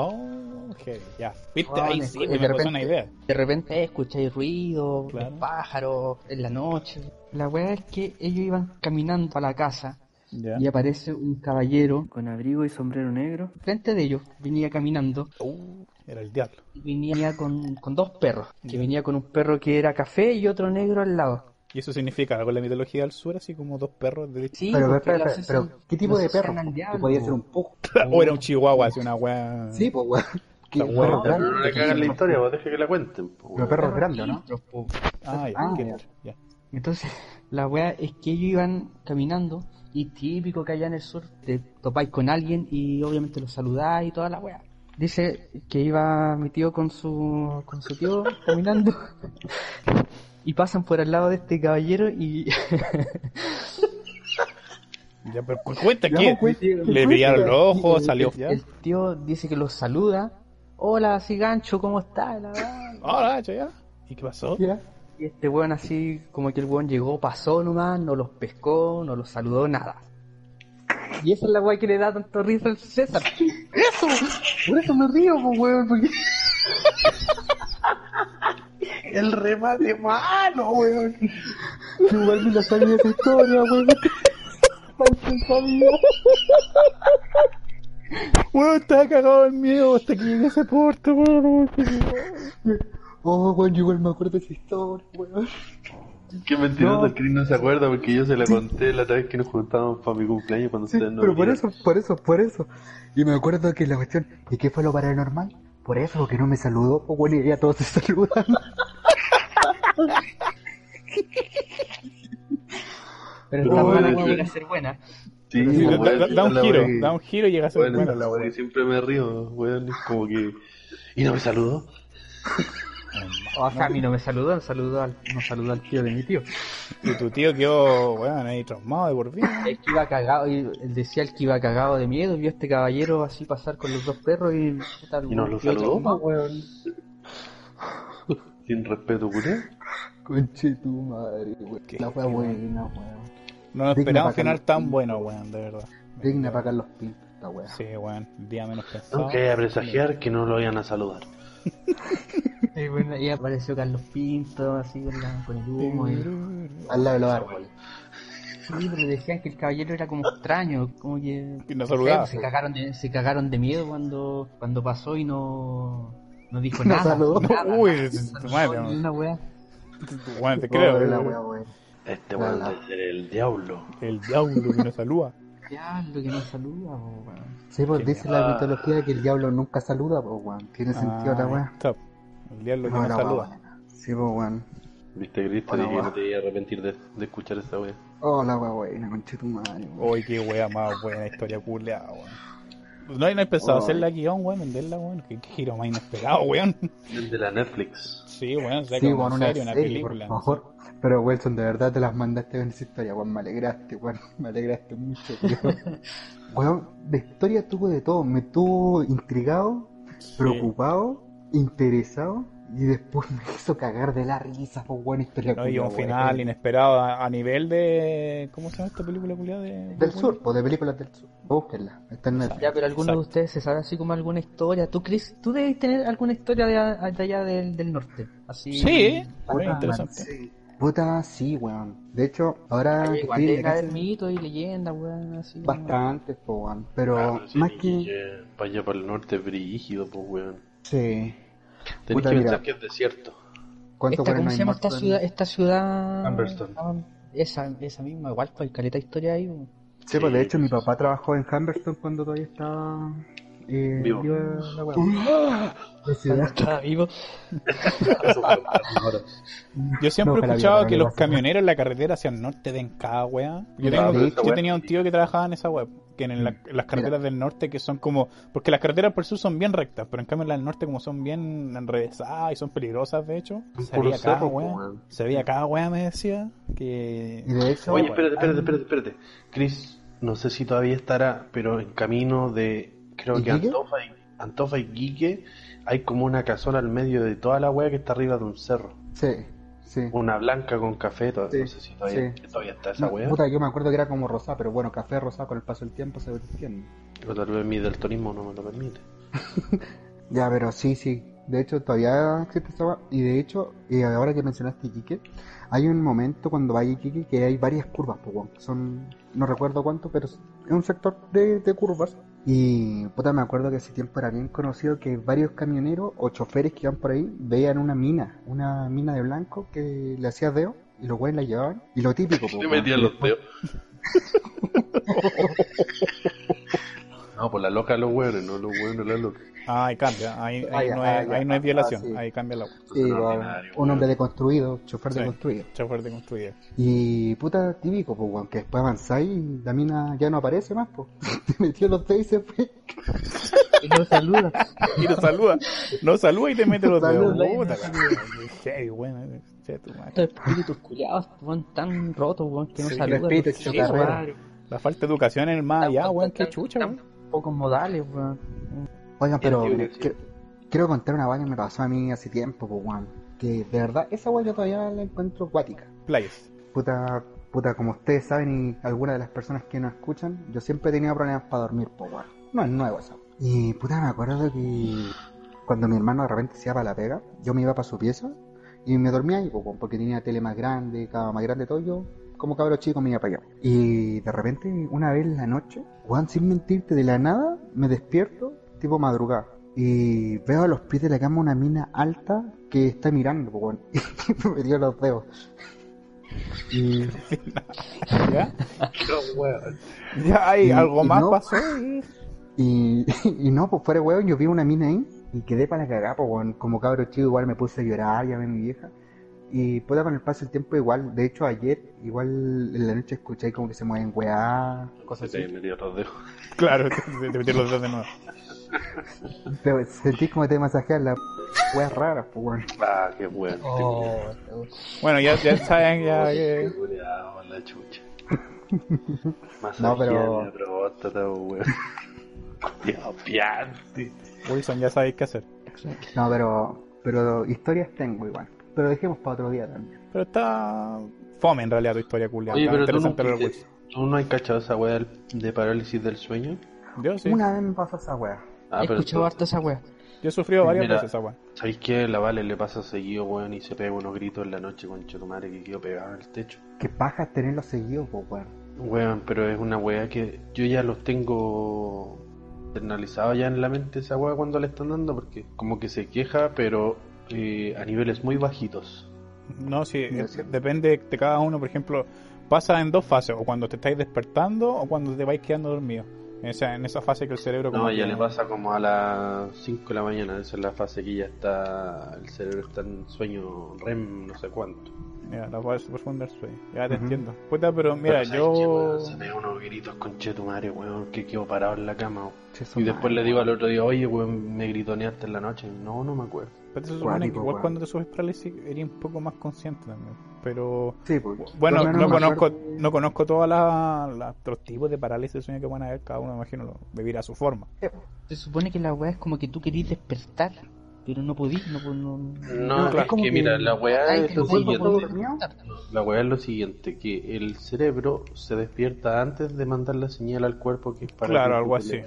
Speaker 1: Oh, heavy, ya. Viste,
Speaker 4: Bueno,
Speaker 1: ahí
Speaker 4: es
Speaker 1: sí
Speaker 4: que
Speaker 1: que
Speaker 4: de
Speaker 1: me pasó
Speaker 4: repente-
Speaker 1: una idea.
Speaker 4: De repente eh, escucháis ruido,
Speaker 1: Claro.
Speaker 4: los pájaros, en la noche. La weá es que ellos iban caminando a la casa
Speaker 1: Ya.
Speaker 4: y aparece un caballero con abrigo y sombrero negro. Frente de ellos venía caminando
Speaker 1: Uh, era el diablo.
Speaker 4: y venía con, con dos perros. Que
Speaker 1: Ya.
Speaker 4: venía con un perro que era café y otro negro al lado.
Speaker 1: Y eso significa algo en la mitología del sur, así como dos perros de
Speaker 4: Sí,
Speaker 3: Pero,
Speaker 4: porque
Speaker 3: espera,
Speaker 4: lo
Speaker 3: espera,
Speaker 4: asocian-
Speaker 3: pero, ¿qué tipo
Speaker 4: lo
Speaker 3: de perro?
Speaker 4: asocian al diablo.
Speaker 3: Que podía ser un pujo.
Speaker 1: O era un chihuahua, así una weá.
Speaker 3: Sí, pues, weón. Que-
Speaker 1: Está bueno,
Speaker 3: no,
Speaker 2: Pero no le
Speaker 3: porque
Speaker 2: cagan la
Speaker 3: son-
Speaker 2: historia, vos deja que la cuenten, po,
Speaker 3: Los
Speaker 2: weón.
Speaker 3: perros grandes, ¿no?
Speaker 4: Otros, po.
Speaker 1: Ah, ya,
Speaker 3: Ah,
Speaker 1: qué
Speaker 3: ya.
Speaker 1: otro, ya.
Speaker 4: Entonces, la weá es que ellos iban caminando Y típico que allá en el sur te topáis con alguien y obviamente lo saludáis y toda la weá. Dice que iba mi tío con su, con su tío caminando y pasan por al lado de este caballero y
Speaker 1: Ya, pero cu- cuenta
Speaker 3: Ya,
Speaker 1: que
Speaker 3: pues, cuenta,
Speaker 1: le brillaron los ojos, salió.
Speaker 4: el tío dice que lo saluda. Hola, así gancho, ¿cómo estás? La weá.
Speaker 1: Ahora, Ah, ya, ya. ¿Y qué pasó?
Speaker 3: Ya.
Speaker 4: Y este weón así, como que el weón llegó, pasó nomás, no los pescó, no los saludó, nada. Y esa es la weá que le da tanto risa al César. ¡Eso! Por eso me río, pues weón, porque...
Speaker 2: El remate malo, weón.
Speaker 3: Igual me la sabía esa historia, weón.
Speaker 1: Weón, estaba cagado el miedo hasta que llegué a ese puerto, weón.
Speaker 3: Oh, weón, yo igual me acuerdo de esa historia, weón.
Speaker 2: Qué mentiroso
Speaker 3: No.
Speaker 2: el Chris no se acuerda porque yo se la conté la otra vez que nos juntábamos para mi cumpleaños cuando
Speaker 3: Sí,
Speaker 2: ustedes no
Speaker 3: pero por
Speaker 2: vinieron.
Speaker 3: eso, por eso, por eso. Y me acuerdo que la cuestión, ¿y qué fue lo paranormal? Por eso, porque no me saludó, pues bueno, y ya todos se saludan.
Speaker 2: Pero
Speaker 4: Pero esta weá
Speaker 2: bueno,
Speaker 4: no
Speaker 2: sí.
Speaker 4: llega a ser buena.
Speaker 2: Sí, pues,
Speaker 1: Da,
Speaker 2: weón,
Speaker 1: da- da un
Speaker 2: la
Speaker 1: giro,
Speaker 2: weá que-
Speaker 1: da un giro y llega a ser
Speaker 2: Bueno,
Speaker 1: bueno.
Speaker 2: la weá que siempre me río, weón, es como que... Y no me saludó.
Speaker 4: O sea, a mí no me saludó, no saludó al, no saludó al tío de mi tío.
Speaker 1: Y tu tío quedó, weón, ahí traumado de por vida.
Speaker 4: El que iba cagado, y él decía el que iba cagado de miedo, y vio a este caballero así pasar con los dos perros y... puta, el
Speaker 2: Y nos
Speaker 4: weón
Speaker 2: lo
Speaker 4: quedó
Speaker 2: saludó,
Speaker 4: traumado.
Speaker 2: weón. Sin respeto, culiao.
Speaker 3: Conche tu madre, weón.
Speaker 1: Qué-
Speaker 3: La fue
Speaker 1: qué
Speaker 3: buena, weón.
Speaker 1: No
Speaker 3: Digna
Speaker 1: esperaba
Speaker 3: pa'
Speaker 1: un final
Speaker 3: Carlos
Speaker 1: tan
Speaker 3: Pinto.
Speaker 1: bueno, weón, de verdad.
Speaker 3: Digna pagar los pitos, esta weón.
Speaker 1: Sí, weón, el día menos pensado.
Speaker 2: Nunca iba a presagiar que no lo iban a saludar.
Speaker 4: Y bueno, y apareció Carlos Pinto, así con, la- con el humo y...
Speaker 3: Al lado de los árboles.
Speaker 4: Sí, pero decían que el caballero era como extraño, como que...
Speaker 1: Y no saludaba.
Speaker 4: Se cagaron de, se cagaron de miedo cuando, cuando pasó y no, no dijo
Speaker 3: No
Speaker 4: nada.
Speaker 3: saludó.
Speaker 4: nada,
Speaker 1: Uy,
Speaker 4: nada,
Speaker 1: es-
Speaker 4: no
Speaker 1: tu
Speaker 4: saludó
Speaker 1: madre,
Speaker 4: ni
Speaker 1: no.
Speaker 4: una weá.
Speaker 1: Weón, te
Speaker 3: Oh,
Speaker 1: creo. eh.
Speaker 3: la
Speaker 1: weón.
Speaker 3: weá, weón.
Speaker 2: Este weón
Speaker 3: Nada.
Speaker 2: debe ser el diablo.
Speaker 1: El diablo que no saluda.
Speaker 4: Diablo, que no saluda, po, weón.
Speaker 3: Sí, pues
Speaker 1: Qué
Speaker 3: dice
Speaker 2: mierda.
Speaker 3: la mitología que el diablo nunca saluda, pues weón. Tiene sentido la
Speaker 1: Ah,
Speaker 3: weá.
Speaker 1: Top. El diablo que no,
Speaker 3: la weá
Speaker 1: saluda.
Speaker 3: buena. Sí, pues weón.
Speaker 2: Viste, Cristo,
Speaker 3: Hola,
Speaker 2: dije que
Speaker 3: weón.
Speaker 2: no te iba a arrepentir de, de escuchar esta wea.
Speaker 3: Oh, la weá buena, conche tu madre, weón.
Speaker 1: Uy, qué wea más buena historia culeada, weón. No, y no he empezado a
Speaker 3: Ay.
Speaker 1: hacerla guión, weón, venderla, weón. Qué, qué giro más inesperado, weón.
Speaker 2: De la Netflix.
Speaker 1: Sí, weón, saca
Speaker 3: Sí,
Speaker 1: una
Speaker 3: weón,
Speaker 1: serie, una película.
Speaker 3: por favor. Pero Wilson, de verdad te las mandaste en esa historia, weón. Me alegraste, weón. Me alegraste mucho, tío. weón, la historia tuvo de todo. Me tuvo intrigado, preocupado, interesado. Y después me hizo cagar de la risa, pues buena historia.
Speaker 1: No, y
Speaker 3: culia,
Speaker 1: un
Speaker 3: weón.
Speaker 1: final inesperado a, a nivel de. ¿Cómo se llama esta película culiada? De...
Speaker 3: Del sur, o de películas del sur. Búsquenla, está en Netflix.
Speaker 4: Ya, pero alguno de
Speaker 1: Exacto.
Speaker 4: ustedes se sabe así como alguna historia. ¿Tú, Chris, tú debes tener alguna historia de, a- de allá del, del norte? Así,
Speaker 1: Sí,
Speaker 4: para-
Speaker 1: muy interesante.
Speaker 3: Ah, sí. Puta, sí, weón. De hecho, ahora que
Speaker 4: Igual eh,
Speaker 3: estoy en
Speaker 4: debe
Speaker 3: la casa,
Speaker 4: haber mitos y leyendas, weón, así.
Speaker 3: bastante, pues, weón. Pero
Speaker 2: Ah, pero si
Speaker 3: más
Speaker 2: ni
Speaker 3: que...
Speaker 2: que Para allá para el norte, brígido, pues weón.
Speaker 3: Sí.
Speaker 2: Tenés
Speaker 3: Puta,
Speaker 2: que
Speaker 3: mira.
Speaker 2: pensar que es desierto.
Speaker 3: ¿Cuánto
Speaker 4: Esta,
Speaker 3: weón
Speaker 4: ¿Cómo
Speaker 3: hay
Speaker 4: se llama esta
Speaker 3: muertos en-
Speaker 4: ciudad? Esta ciudad...
Speaker 2: Humberston.
Speaker 4: Ah, Esa, esa misma, igual, pues, hay caleta de historia ahí. weón.
Speaker 3: Sí, pues de
Speaker 2: Sí,
Speaker 3: hecho mi papá trabajó en Humberston cuando todavía estaba eh,
Speaker 2: Vivo.
Speaker 3: viva la weá. La ciudad.
Speaker 4: Estaba vivo.
Speaker 2: Eso fue ahora.
Speaker 1: Yo siempre
Speaker 3: No,
Speaker 1: he
Speaker 3: ojalá
Speaker 1: escuchado
Speaker 3: hubiera
Speaker 1: que los
Speaker 3: pasado.
Speaker 1: camioneros en la carrera hacia el norte ven cada wea. Yo,
Speaker 2: Ah,
Speaker 1: tengo-
Speaker 2: pero esa
Speaker 1: yo
Speaker 2: wea-
Speaker 1: tenía un tío que trabajaba en esa web, que en, la- en las carreteras del norte que son como... Porque las carreteras por sur son bien rectas, pero en cambio las del norte como son bien enrevesadas y son peligrosas de hecho.
Speaker 2: Un
Speaker 1: Se
Speaker 2: puro
Speaker 1: veía cada
Speaker 2: cerro, po,
Speaker 1: wea,
Speaker 2: weón.
Speaker 1: se veía cada wea me decía que...
Speaker 3: Y de hecho,
Speaker 2: Oye, espérate, espérate, espérate, espérate. Chris, no sé si todavía estará, pero en camino de. Creo que
Speaker 3: ¿Iquique?
Speaker 2: Antofa y, Antofa y Quique hay como una casola al medio de toda la wea que está arriba de un cerro.
Speaker 3: sí, sí.
Speaker 2: Una blanca con café, to-
Speaker 3: Sí,
Speaker 2: no sé si todavía,
Speaker 3: sí.
Speaker 2: que todavía está esa wea.
Speaker 3: Puta, yo me acuerdo que era como rosado, pero bueno, café rosado con el paso del tiempo se entiende.
Speaker 2: O tal vez mi deltonismo no me lo permite.
Speaker 3: Ya, pero sí, sí. De hecho, todavía existe esa weá. Y de hecho, eh, ahora que mencionaste Iquique, hay un momento cuando va a Iquique que hay varias curvas, pues, weón. Son, no recuerdo cuánto, pero es un sector de, de curvas. Y, puta, me acuerdo que ese tiempo era bien conocido que varios camioneros o choferes que iban por ahí veían una mina, una mina de blanco que le hacía deo y los güeyes la llevaban. Y lo típico, pues, weón.
Speaker 2: los dedos. No, por la loca los hueones, no los hueones la loca.
Speaker 1: Ah, ahí cambia, ahí, ahí
Speaker 3: Ah, ya,
Speaker 1: no,
Speaker 3: ah,
Speaker 1: es,
Speaker 3: ya,
Speaker 1: ahí no es
Speaker 3: ah,
Speaker 1: violación,
Speaker 3: sí.
Speaker 1: ahí cambia la
Speaker 3: Sí,
Speaker 2: No,
Speaker 3: weón.
Speaker 2: ordinario,
Speaker 3: un
Speaker 2: weón.
Speaker 3: hombre deconstruido, chofer
Speaker 1: Sí.
Speaker 3: deconstruido.
Speaker 1: chofer de construir.
Speaker 3: Y puta típico, pues, weón, que después avanzáis y la mina ya no aparece más, pues. Te metió los dedos y se fue.
Speaker 4: Y no saluda.
Speaker 1: Y lo saluda, lo saluda y te mete los dedos.
Speaker 3: Saluda y
Speaker 1: Puta,
Speaker 3: no
Speaker 1: cabrón. Qué bueno, che, tu madre.
Speaker 4: Estos espíritus culiados, weón, tan rotos, weón, que no
Speaker 3: Sí,
Speaker 4: saludan.
Speaker 3: los espíritus
Speaker 4: Sí,
Speaker 3: chocarreros.
Speaker 4: weón.
Speaker 1: La falta de educación en el más allá, weón, qué
Speaker 4: Tan-
Speaker 1: chucha,
Speaker 4: tan
Speaker 1: weón.
Speaker 4: Pocos modales, weón.
Speaker 3: Oigan, pero
Speaker 2: Antiguo,
Speaker 3: mira,
Speaker 2: sí.
Speaker 3: quiero, quiero contar una weá que me pasó a mí hace tiempo, pues, weón. Que de verdad, esa weá yo todavía la encuentro cuática.
Speaker 1: Playas.
Speaker 3: Puta, puta, como ustedes saben y algunas de las personas que nos escuchan, yo siempre he tenido problemas para dormir, po, weón. No es nuevo eso. Y puta, me acuerdo que cuando mi hermano de repente se iba para la pega, yo me iba para su pieza y me dormía ahí, po, weón, porque tenía tele más grande, cama más grande, todo yo. Como cabro chico me iba para allá. Y de repente, una vez en la noche, weón, sin mentirte, de la nada, me despierto, tipo madrugada. Y veo a los pies de la cama una mina alta que está mirando, po, weón. Y me dio los dedos. Y
Speaker 1: ¿Ya?
Speaker 2: Los hueones.
Speaker 1: ya hay
Speaker 3: Y-
Speaker 1: algo
Speaker 3: y
Speaker 1: más
Speaker 3: no-
Speaker 1: pasó.
Speaker 3: Y, y no, pues fuera hueón, yo vi una mina ahí y quedé para la cagada, pues weón. como cabro chido igual me puse a llorar, llamé a mi vieja. Y puta con el paso del tiempo igual, de hecho ayer igual en la noche escuché como que se mueven weá, cosas
Speaker 2: Se
Speaker 3: así.
Speaker 2: te metió los dedos.
Speaker 1: Claro, te, te- te metieron los dedos de nuevo.
Speaker 3: Pero sentí como te masajean las weas raras, pues weón.
Speaker 2: Ah, qué bueno.
Speaker 1: Oh, Bueno, ya, ya saben, ya
Speaker 2: Qué
Speaker 1: que.
Speaker 2: culiao, la chucha.
Speaker 3: No, pero-
Speaker 2: Masajía, próstata, weón. Culiao, piante.
Speaker 1: Wilson, ya sabéis qué hacer.
Speaker 3: No, pero, pero historias tengo igual. Pero dejemos para otro día también.
Speaker 1: Pero está. Fome en realidad tu historia culia.
Speaker 2: Oye,
Speaker 1: está
Speaker 2: pero tú
Speaker 1: interesante
Speaker 2: no,
Speaker 1: lo de Wilson.
Speaker 2: tú no has cachado esa weá del- de parálisis del sueño.
Speaker 1: Yo sí.
Speaker 3: Una vez me pasó esa wea.
Speaker 2: Ah,
Speaker 4: He
Speaker 2: pero
Speaker 4: escuchado
Speaker 2: tú-
Speaker 4: harto esa weá.
Speaker 1: Yo he sufrido varias
Speaker 2: Mira.
Speaker 1: veces esa weón.
Speaker 2: ¿Sabéis qué? La Vale le pasa seguido, weón, y se pega unos gritos en la noche con Chetumare que quedó pegado en el techo.
Speaker 3: Que pajas tenerlo seguido, pues weón.
Speaker 2: Weón, pero es una weá que yo ya los tengo internalizado ya en la mente esa weá cuando le están dando, porque como que se queja, pero eh, a niveles muy bajitos.
Speaker 1: No, sí,
Speaker 3: Ya,
Speaker 1: eh,
Speaker 3: sí.
Speaker 1: depende de cada uno, por ejemplo, pasa en dos fases, o cuando te estáis despertando o cuando te vais quedando dormido. En esa, en esa fase que el cerebro como
Speaker 2: No, ya
Speaker 1: que-
Speaker 2: le pasa como a las 5 de la mañana, esa es la fase que ya está, el cerebro está en sueño REM, no sé cuánto.
Speaker 1: Ya, la voy a profundar sueño. Ya te
Speaker 3: Ujú.
Speaker 1: entiendo. Puta, pero mira,
Speaker 2: Pero, ¿sabes qué,
Speaker 1: yo
Speaker 2: weón? se pega unos gritos con Chetumare, weón, que quedó parado en la cama. weón.
Speaker 3: Che, su
Speaker 2: Y después
Speaker 3: madre,
Speaker 2: le digo
Speaker 3: weón.
Speaker 2: al otro día, oye, weón, me gritoneaste en la noche. No, no me acuerdo.
Speaker 1: pero se supone que
Speaker 3: Cuático,
Speaker 1: igual
Speaker 3: weón.
Speaker 1: cuando te subes parálisis eres un poco más consciente también. Pero
Speaker 3: Sí, pues.
Speaker 1: bueno,
Speaker 3: Por lo menos
Speaker 1: no
Speaker 3: me
Speaker 1: conozco,
Speaker 3: acuerdo-
Speaker 1: no conozco todos los tipos de parálisis de sueño que van a haber, cada uno me imagino lo vivirá a su forma.
Speaker 4: Se supone que la weá es como que tú querís despertar, pero no podís, no, po- no,
Speaker 2: No, eh,
Speaker 1: No,
Speaker 2: es
Speaker 1: claro.
Speaker 2: que, mira, la weá
Speaker 4: Ay,
Speaker 2: es
Speaker 4: que
Speaker 2: lo
Speaker 4: no puedo
Speaker 2: siguiente.
Speaker 4: dormir.
Speaker 2: La weá es lo siguiente, que el cerebro se despierta antes de mandar la señal al cuerpo que es para...
Speaker 1: Claro, algo así.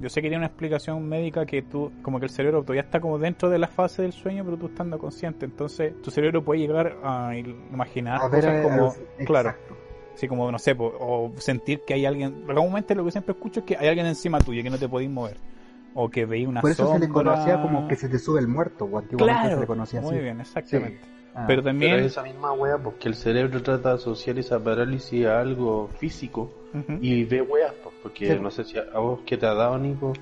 Speaker 1: Yo sé que tiene una explicación médica que tú, como que el cerebro todavía está como dentro de la fase del sueño, pero tú estando consciente. Entonces, tu cerebro puede llegar a il- imaginar
Speaker 3: A ver,
Speaker 1: cosas
Speaker 3: a-
Speaker 1: como,
Speaker 3: a-
Speaker 1: claro,
Speaker 3: exacto.
Speaker 1: sí, como, no sé, po- o sentir que hay alguien. Comúnmente lo que siempre escucho es que hay alguien encima tuyo que no te podéis mover. O que veis una
Speaker 3: Por eso se le
Speaker 1: sombra.
Speaker 3: conocía como que se te sube el muerto, o antiguamente
Speaker 1: Claro,
Speaker 3: se le conocía así.
Speaker 1: muy bien, exactamente.
Speaker 3: Ah,
Speaker 1: Pero
Speaker 2: Pero
Speaker 1: también.
Speaker 2: es esa misma weá, porque el cerebro trata de asociar esa parálisis a algo físico
Speaker 1: Ujú.
Speaker 2: y ve weas, pues, porque
Speaker 3: Sí.
Speaker 2: no sé si a a vos que te ha dado, Nico,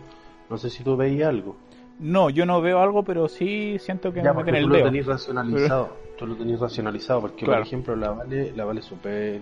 Speaker 2: no sé si tú veías algo.
Speaker 1: No, yo no veo algo, pero sí siento pues, que
Speaker 2: Ya,
Speaker 1: me
Speaker 2: porque
Speaker 1: meten
Speaker 2: tú
Speaker 1: el
Speaker 2: lo
Speaker 1: dedo.
Speaker 2: tenés racionalizado. Tú lo tenés racionalizado, porque
Speaker 1: Claro.
Speaker 2: por ejemplo la Vale, la Vale super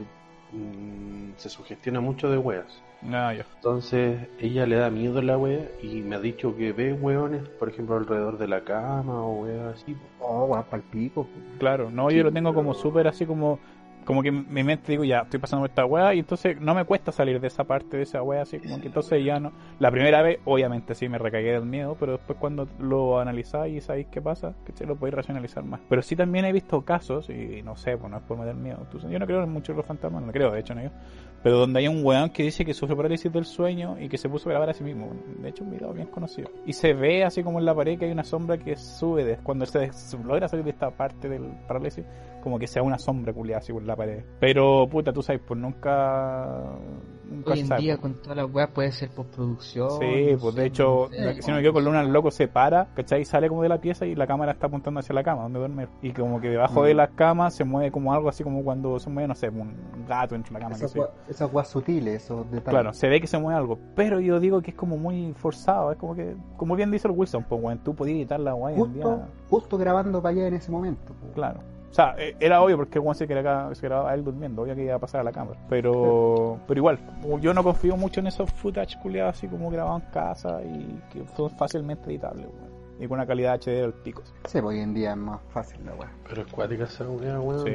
Speaker 2: mm, se sugestiona mucho de weas.
Speaker 1: No, yo.
Speaker 2: Entonces ella le da miedo a la wea y me ha dicho que ve weones, por ejemplo, alrededor de la cama o weas así. po.
Speaker 3: Oh, weón, pa'l pico.
Speaker 1: Claro, no,
Speaker 2: Sí,
Speaker 1: yo lo tengo como
Speaker 2: pero-
Speaker 1: súper así como como que mi mente digo ya, estoy pasando por esta weá y entonces no me cuesta salir de esa parte de esa weá, así como que entonces ya no. La primera vez, obviamente sí me recagué del miedo, pero después cuando lo analizáis y sabéis qué pasa, que se lo podéis racionalizar más. Pero sí también he visto casos, y no sé, pues no es por meter miedo. tú sabes, yo no creo en muchos de los fantasmas, no creo de hecho en ellos, pero donde hay un weón que dice que sufre parálisis del sueño y que se puso a grabar a sí mismo. De hecho, un video bien conocido. Y se ve así como en la pared que hay una sombra que sube. de- Cuando se des- logra salir de esta parte del parálisis, como que sea una sombra culiada así por la pared. Pero, puta, tú sabes, pues nunca.
Speaker 4: Hoy
Speaker 1: nunca
Speaker 4: en
Speaker 1: se sabe.
Speaker 4: día con todas las weas puede ser postproducción.
Speaker 1: Sí,
Speaker 4: no
Speaker 1: pues
Speaker 4: sé,
Speaker 1: de hecho,
Speaker 4: no sé,
Speaker 1: la- si no me equivoco, Luna loco se para, ¿cachai? Y sale como de la pieza y la cámara está apuntando hacia la cama, donde duerme. Y como que debajo
Speaker 4: Mm.
Speaker 1: de la cama se mueve como algo así como cuando se mueve, no sé, un gato entre la cama. qué
Speaker 3: Esas
Speaker 1: sé yo.
Speaker 3: gua- esas guas sutiles, esos detalles.
Speaker 1: Ah, Claro, se ve que se mueve algo, pero yo digo que es como muy forzado, es como que, como bien dice el Wilson, pues weón, tú podías editar la guay en
Speaker 3: Justo,
Speaker 1: día.
Speaker 3: justo grabando para allá en ese momento. po.
Speaker 1: Claro. O sea, e- era obvio porque el weón se grababa, se grababa él durmiendo, obvio que iba a pasar a la cámara. Pero pero igual, como yo no confío mucho en esos footage culiados así como grabados en casa y que son fácilmente editables, weón. Y con una calidad HD del pico. así.
Speaker 3: Sí, pues, hoy en día es más fácil la wea.
Speaker 2: Pero es cuática esa weá, weón.
Speaker 1: Sí.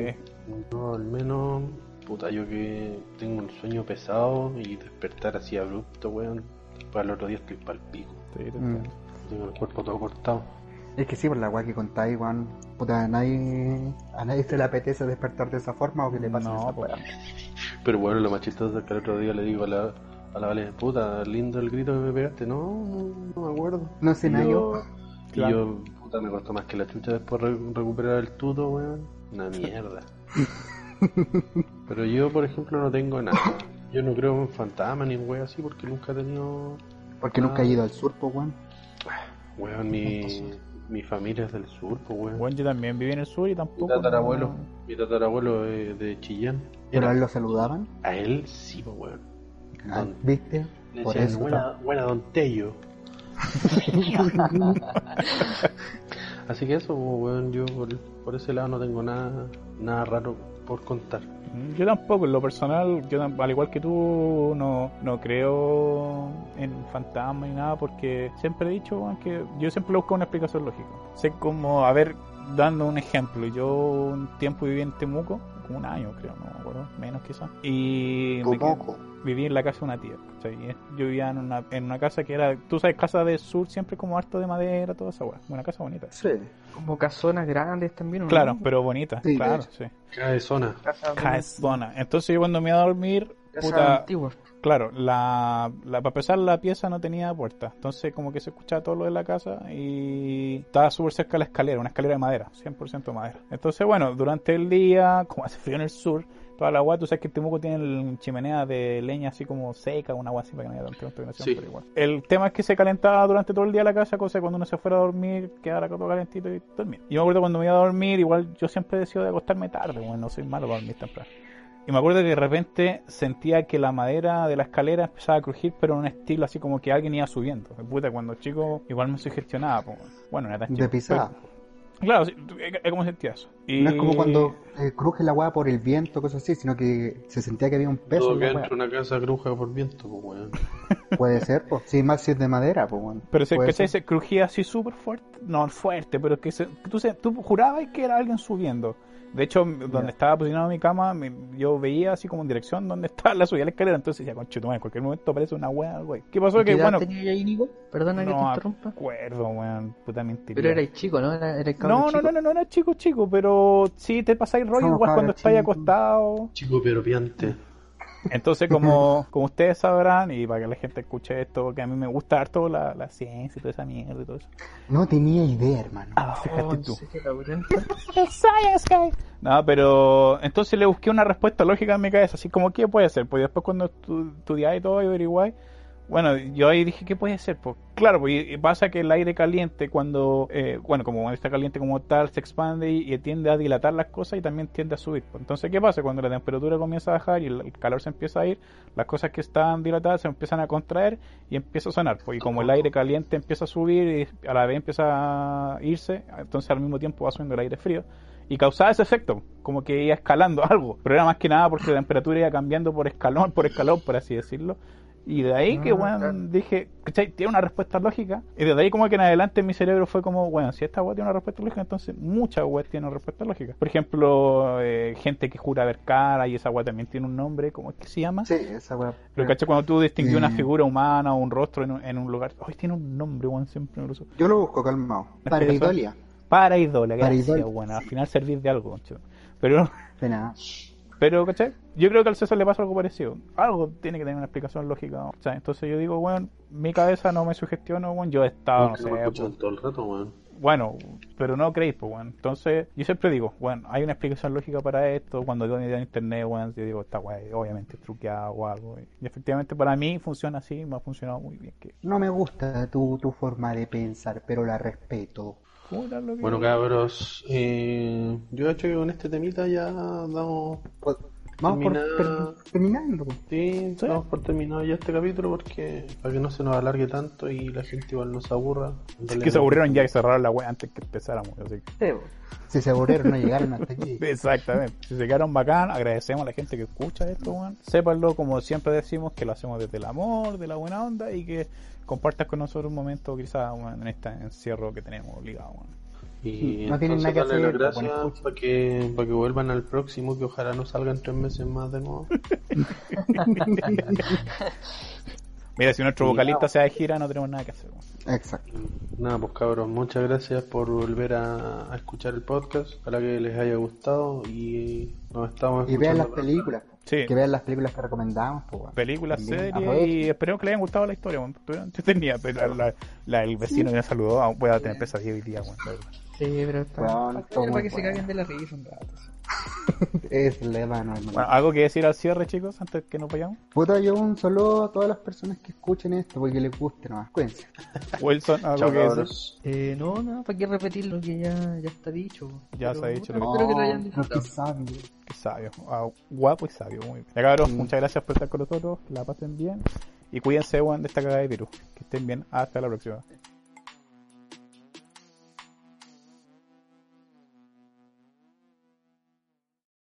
Speaker 2: No, al menos, puta, yo que tengo un sueño pesado y despertar así abrupto, weón. Después al otro día estoy pal pico.
Speaker 1: Sí, te
Speaker 3: Mm.
Speaker 1: entiendo.
Speaker 2: Tengo el cuerpo todo cortado.
Speaker 3: Es que sí, por la wea que contáis, weón. Puta, a nadie, a nadie se le apetece despertar de esa forma o que le pase
Speaker 1: No,
Speaker 3: esa
Speaker 1: pues.
Speaker 3: wea.
Speaker 2: Pero bueno, lo más chistoso es que al otro día le digo a la, a la Vale, puta, lindo el grito que me pegaste. No, no, no me acuerdo.
Speaker 3: No sé, nada, yo.
Speaker 2: Y
Speaker 1: Claro.
Speaker 2: yo, puta, me costó más que la chucha después re- recuperar el tuto, weón. Una mierda. Pero yo, por ejemplo, no tengo nada. Yo no creo en fantasmas ni en weas así porque nunca he tenido
Speaker 3: Porque nunca he ido al sur, po, weón.
Speaker 2: Weón, mi, mi familia es del sur, pues, weón.
Speaker 1: Bueno, yo también viví en el sur y
Speaker 2: mi
Speaker 1: tampoco.
Speaker 2: tatarabuelo,
Speaker 1: no-
Speaker 2: mi tatarabuelo de, de Chillán.
Speaker 3: Pero
Speaker 2: Era-
Speaker 3: a él lo saludaban.
Speaker 2: a él sí, pues, weón.
Speaker 3: Ah,
Speaker 2: Don-
Speaker 3: ¿Viste?
Speaker 2: le
Speaker 3: Por
Speaker 2: decían,
Speaker 3: eso.
Speaker 2: buena, buena don Tello. Así que eso, pues, weón, yo por, por ese lado no tengo nada, nada raro por contar.
Speaker 1: Mm, Yo tampoco, en lo personal, yo tam- al igual que tú, no, no creo en fantasmas ni nada, porque siempre he dicho weón, que yo siempre busco una explicación lógica. Sé como, a ver, dando un ejemplo, yo un tiempo viví en Temuco, como un año creo, no me acuerdo, menos quizás, y me quedé-
Speaker 3: Poco.
Speaker 1: viví en la casa de una tía. ¿cachai? Y es- Yo vivía en una, en una casa que era, tú sabes, casa de sur, siempre como harto de madera, toda esa weá, una casa bonita.
Speaker 3: Sí.
Speaker 4: Como casonas grandes también, ¿o ¿no?
Speaker 1: Claro, pero bonita,
Speaker 3: Sí, de
Speaker 1: claro,
Speaker 3: hecho.
Speaker 1: sí.
Speaker 2: Cada zona.
Speaker 4: Casas de-
Speaker 1: Casona. Entonces yo cuando me iba a dormir,
Speaker 4: casas
Speaker 1: puta,
Speaker 4: antiguas.
Speaker 1: Claro, la, la- para empezar la pieza no tenía puerta, entonces como que se escuchaba todo lo de la casa y estaba súper cerca de la escalera, una escalera de madera, 100% de madera. Entonces bueno, durante el día, como hace frío en el sur, toda la agua, tú sabes que en Temuco tienen chimenea de leña así como seca, una agua así para que no haya tanta contaminación,
Speaker 2: Sí.
Speaker 1: pero igual. El tema es que se calentaba durante todo el día la casa, cosa que cuando uno se fuera a dormir, quedara todo calentito y dormir. Yo me acuerdo cuando me iba a dormir, igual yo siempre decido de acostarme tarde, bueno, no soy malo para dormir temprano. Y me acuerdo que de repente sentía que la madera de la escalera empezaba a crujir, pero en un estilo así como que alguien iba subiendo. Puta, cuando chico igual me sugestionaba. po. Bueno, no era tan chico.
Speaker 3: De pisada.
Speaker 1: pero- claro, sí, es es como sentía eso. Y...
Speaker 3: No es como cuando eh, cruje la weá por el viento, cosas así, sino que se sentía que había un peso.
Speaker 2: Todo
Speaker 3: en
Speaker 2: que
Speaker 3: la weá.
Speaker 2: entra una casa bruja por viento, pues, weón.
Speaker 3: Puede ser, pues. Sí, más si es de madera, pues, weón.
Speaker 1: Pero se,
Speaker 3: Puede
Speaker 1: ¿cachai?
Speaker 3: ser.
Speaker 1: se crujía así súper fuerte. No, fuerte, pero que se- tú, se- tú jurabas que era alguien subiendo. De hecho, m- donde
Speaker 3: Ya.
Speaker 1: estaba posicionado mi cama, me- yo veía así como en dirección donde estaba la subida a la escalera. Entonces decía, conchetumare, en cualquier momento aparece una wea, güey. ¿Qué pasó?
Speaker 4: ¿Qué
Speaker 1: Que
Speaker 4: edad
Speaker 1: bueno,
Speaker 4: tenía ahí, Nico? Perdona que te
Speaker 1: no ah,
Speaker 4: interrumpa.
Speaker 1: acuerdo, weón. Puta mentira.
Speaker 4: Pero erais chico, ¿no? Era, erais cabros
Speaker 1: No, no,
Speaker 4: chicos.
Speaker 1: no, no, no era chico, chico, pero sí te pasáis rollo
Speaker 3: Somos
Speaker 1: igual cuando
Speaker 3: cabros
Speaker 1: estáis
Speaker 3: chicos.
Speaker 1: acostado.
Speaker 2: Chico pero piante.
Speaker 1: Entonces, como, como ustedes sabrán, y para que la gente escuche esto, que a mí me gusta harto la, la ciencia y toda esa mierda y todo eso.
Speaker 3: No tenía idea, hermano.
Speaker 1: Ah,
Speaker 4: Oh,
Speaker 1: fíjate
Speaker 4: ¿en
Speaker 1: tú.
Speaker 4: serio, Lauren?
Speaker 1: Science guy. No, pero entonces le busqué una respuesta lógica en mi cabeza, así como, ¿qué puede ser? Pues después cuando estu- estudiáis y todo y averiguáis, bueno, yo ahí dije, ¿qué puede ser? Pues claro, pues y- y pasa que el aire caliente cuando, eh, bueno, como está caliente como tal, se expande y, y tiende a dilatar las cosas y también tiende a subir. Pues, entonces, ¿qué pasa? Cuando la temperatura comienza a bajar y el el calor se empieza a ir, las cosas que están dilatadas se empiezan a contraer y empieza a sonar. Pues, y como el aire caliente empieza a subir y a la vez empieza a irse, entonces al mismo tiempo va subiendo el aire frío. Y causaba ese efecto, como que iba escalando algo. Pero era más que nada porque la temperatura iba cambiando por escalón, por escalón, por así decirlo. Y de ahí que,
Speaker 4: Ah,
Speaker 1: bueno,
Speaker 4: claro.
Speaker 1: dije, ¿cachai? Tiene una respuesta lógica. Y desde ahí como que en adelante mi cerebro fue como, bueno, si esta weá tiene una respuesta lógica, entonces muchas weas tienen respuesta lógica. Por ejemplo, eh, gente que jura ver cara y esa weá también tiene un nombre, ¿cómo es que se llama?
Speaker 3: Sí, esa weá.
Speaker 1: Pero caché cuando tú distinguís una
Speaker 3: Mm.
Speaker 1: figura humana o un rostro en un, en un lugar. Ay, tiene un nombre, weón, siempre me lo uso.
Speaker 3: Yo lo busco calmado.
Speaker 1: ¿Es
Speaker 3: Pareidolia.
Speaker 1: Paraidola, gracias,
Speaker 3: Paraidola.
Speaker 1: weón. Al final servís de algo, concho. Pero,
Speaker 3: De nada.
Speaker 1: pero, caché, yo creo que al César le pasa algo parecido. Algo tiene que tener una explicación lógica. O sea, entonces yo digo, weón, mi cabeza no me sugestiono, weón. Yo he estado, no
Speaker 2: Nunca
Speaker 1: sé,
Speaker 2: me escucharon
Speaker 1: weón.
Speaker 2: todo el rato, weón.
Speaker 1: Bueno, pero no creéis, pues, weón. Entonces, yo siempre digo, bueno, hay una explicación lógica para esto. Cuando yo idea en internet, weón, yo digo, esta weá es obviamente truqueada o algo. Y efectivamente para mí funciona así, me ha funcionado muy bien. Que...
Speaker 3: No me gusta tu, tu forma de pensar, pero la respeto.
Speaker 1: Puta, lo que-
Speaker 2: Bueno, cabros, eh, yo hecho que con este temita ya damos,
Speaker 3: Pues, Vamos por
Speaker 2: Termina-
Speaker 3: ter- terminando.
Speaker 2: sí,
Speaker 1: Sí.
Speaker 2: damos por terminado ya este capítulo porque para que no se nos alargue tanto y la gente igual no se aburra.
Speaker 1: Es que se aburrieron ya y cerraron la web antes que empezáramos. Así que-
Speaker 4: Sí, pues.
Speaker 3: Si se aburrieron, no llegaron hasta aquí.
Speaker 1: Exactamente. Si se quedaron bacán, agradecemos a la gente que escucha esto, weón. Sépanlo, como siempre decimos, que lo hacemos desde el amor, de la buena onda y que compartas con nosotros un momento, quizás, weón, en este encierro que tenemos obligado, weón.
Speaker 2: Y
Speaker 3: No
Speaker 2: entonces
Speaker 3: tienen nada
Speaker 2: darle
Speaker 3: que hacer,
Speaker 2: las
Speaker 3: pues,
Speaker 2: gracias
Speaker 3: bueno, escucha.
Speaker 2: para que, para que vuelvan al próximo, que ojalá no salgan tres meses más de nuevo.
Speaker 1: Mira, si nuestro
Speaker 2: Sí,
Speaker 1: vocalista
Speaker 2: vamos.
Speaker 1: se da de gira, no tenemos nada que hacer, weón.
Speaker 3: Exacto.
Speaker 2: Nada, pues cabros, muchas gracias por volver a, a escuchar el podcast. Ojalá que les haya gustado y nos estamos
Speaker 3: Y vean las
Speaker 2: escuchando.
Speaker 3: películas.
Speaker 1: Sí.
Speaker 3: Que vean las películas que recomendamos. Pues, bueno.
Speaker 1: películas,
Speaker 3: También
Speaker 1: series
Speaker 3: aprovechen.
Speaker 1: y espero que les haya gustado la historia, weón. Estuvieron entretenidas, pero la, la, la- el vecino que me saludó, ah, voy a tener pesadilla hoy día, weón, la verdad.
Speaker 4: Sí, pero está.
Speaker 3: Weón,
Speaker 4: está
Speaker 3: todo muy
Speaker 4: bien para que se
Speaker 3: bueno.
Speaker 4: caguen de la risa un rato. sí.
Speaker 3: Es la edad, no, hermano.
Speaker 1: Bueno, ¿algo que decir al cierre, chicos, antes que nos vayamos?
Speaker 3: Puta, yo un saludo a todas las personas que escuchen esto porque les guste nomás. Cuídense.
Speaker 1: Wilson, ¿algo
Speaker 2: Chao,
Speaker 1: que decir?
Speaker 2: cabros.
Speaker 4: Eh, no, no, ¿para qué repetir lo que ya, ya está dicho?
Speaker 1: Ya se ha dicho
Speaker 4: bueno,
Speaker 1: lo
Speaker 4: Espero que lo hayan
Speaker 3: No,
Speaker 4: disfrutado.
Speaker 3: que saben.
Speaker 1: Qué sabio, ah, guapo y sabio, muy bien. Ya cabros,
Speaker 3: Mm.
Speaker 1: muchas gracias por estar con nosotros, que la pasen bien y cuídense, weón, de esta cagada de virus. Que estén bien, hasta la próxima.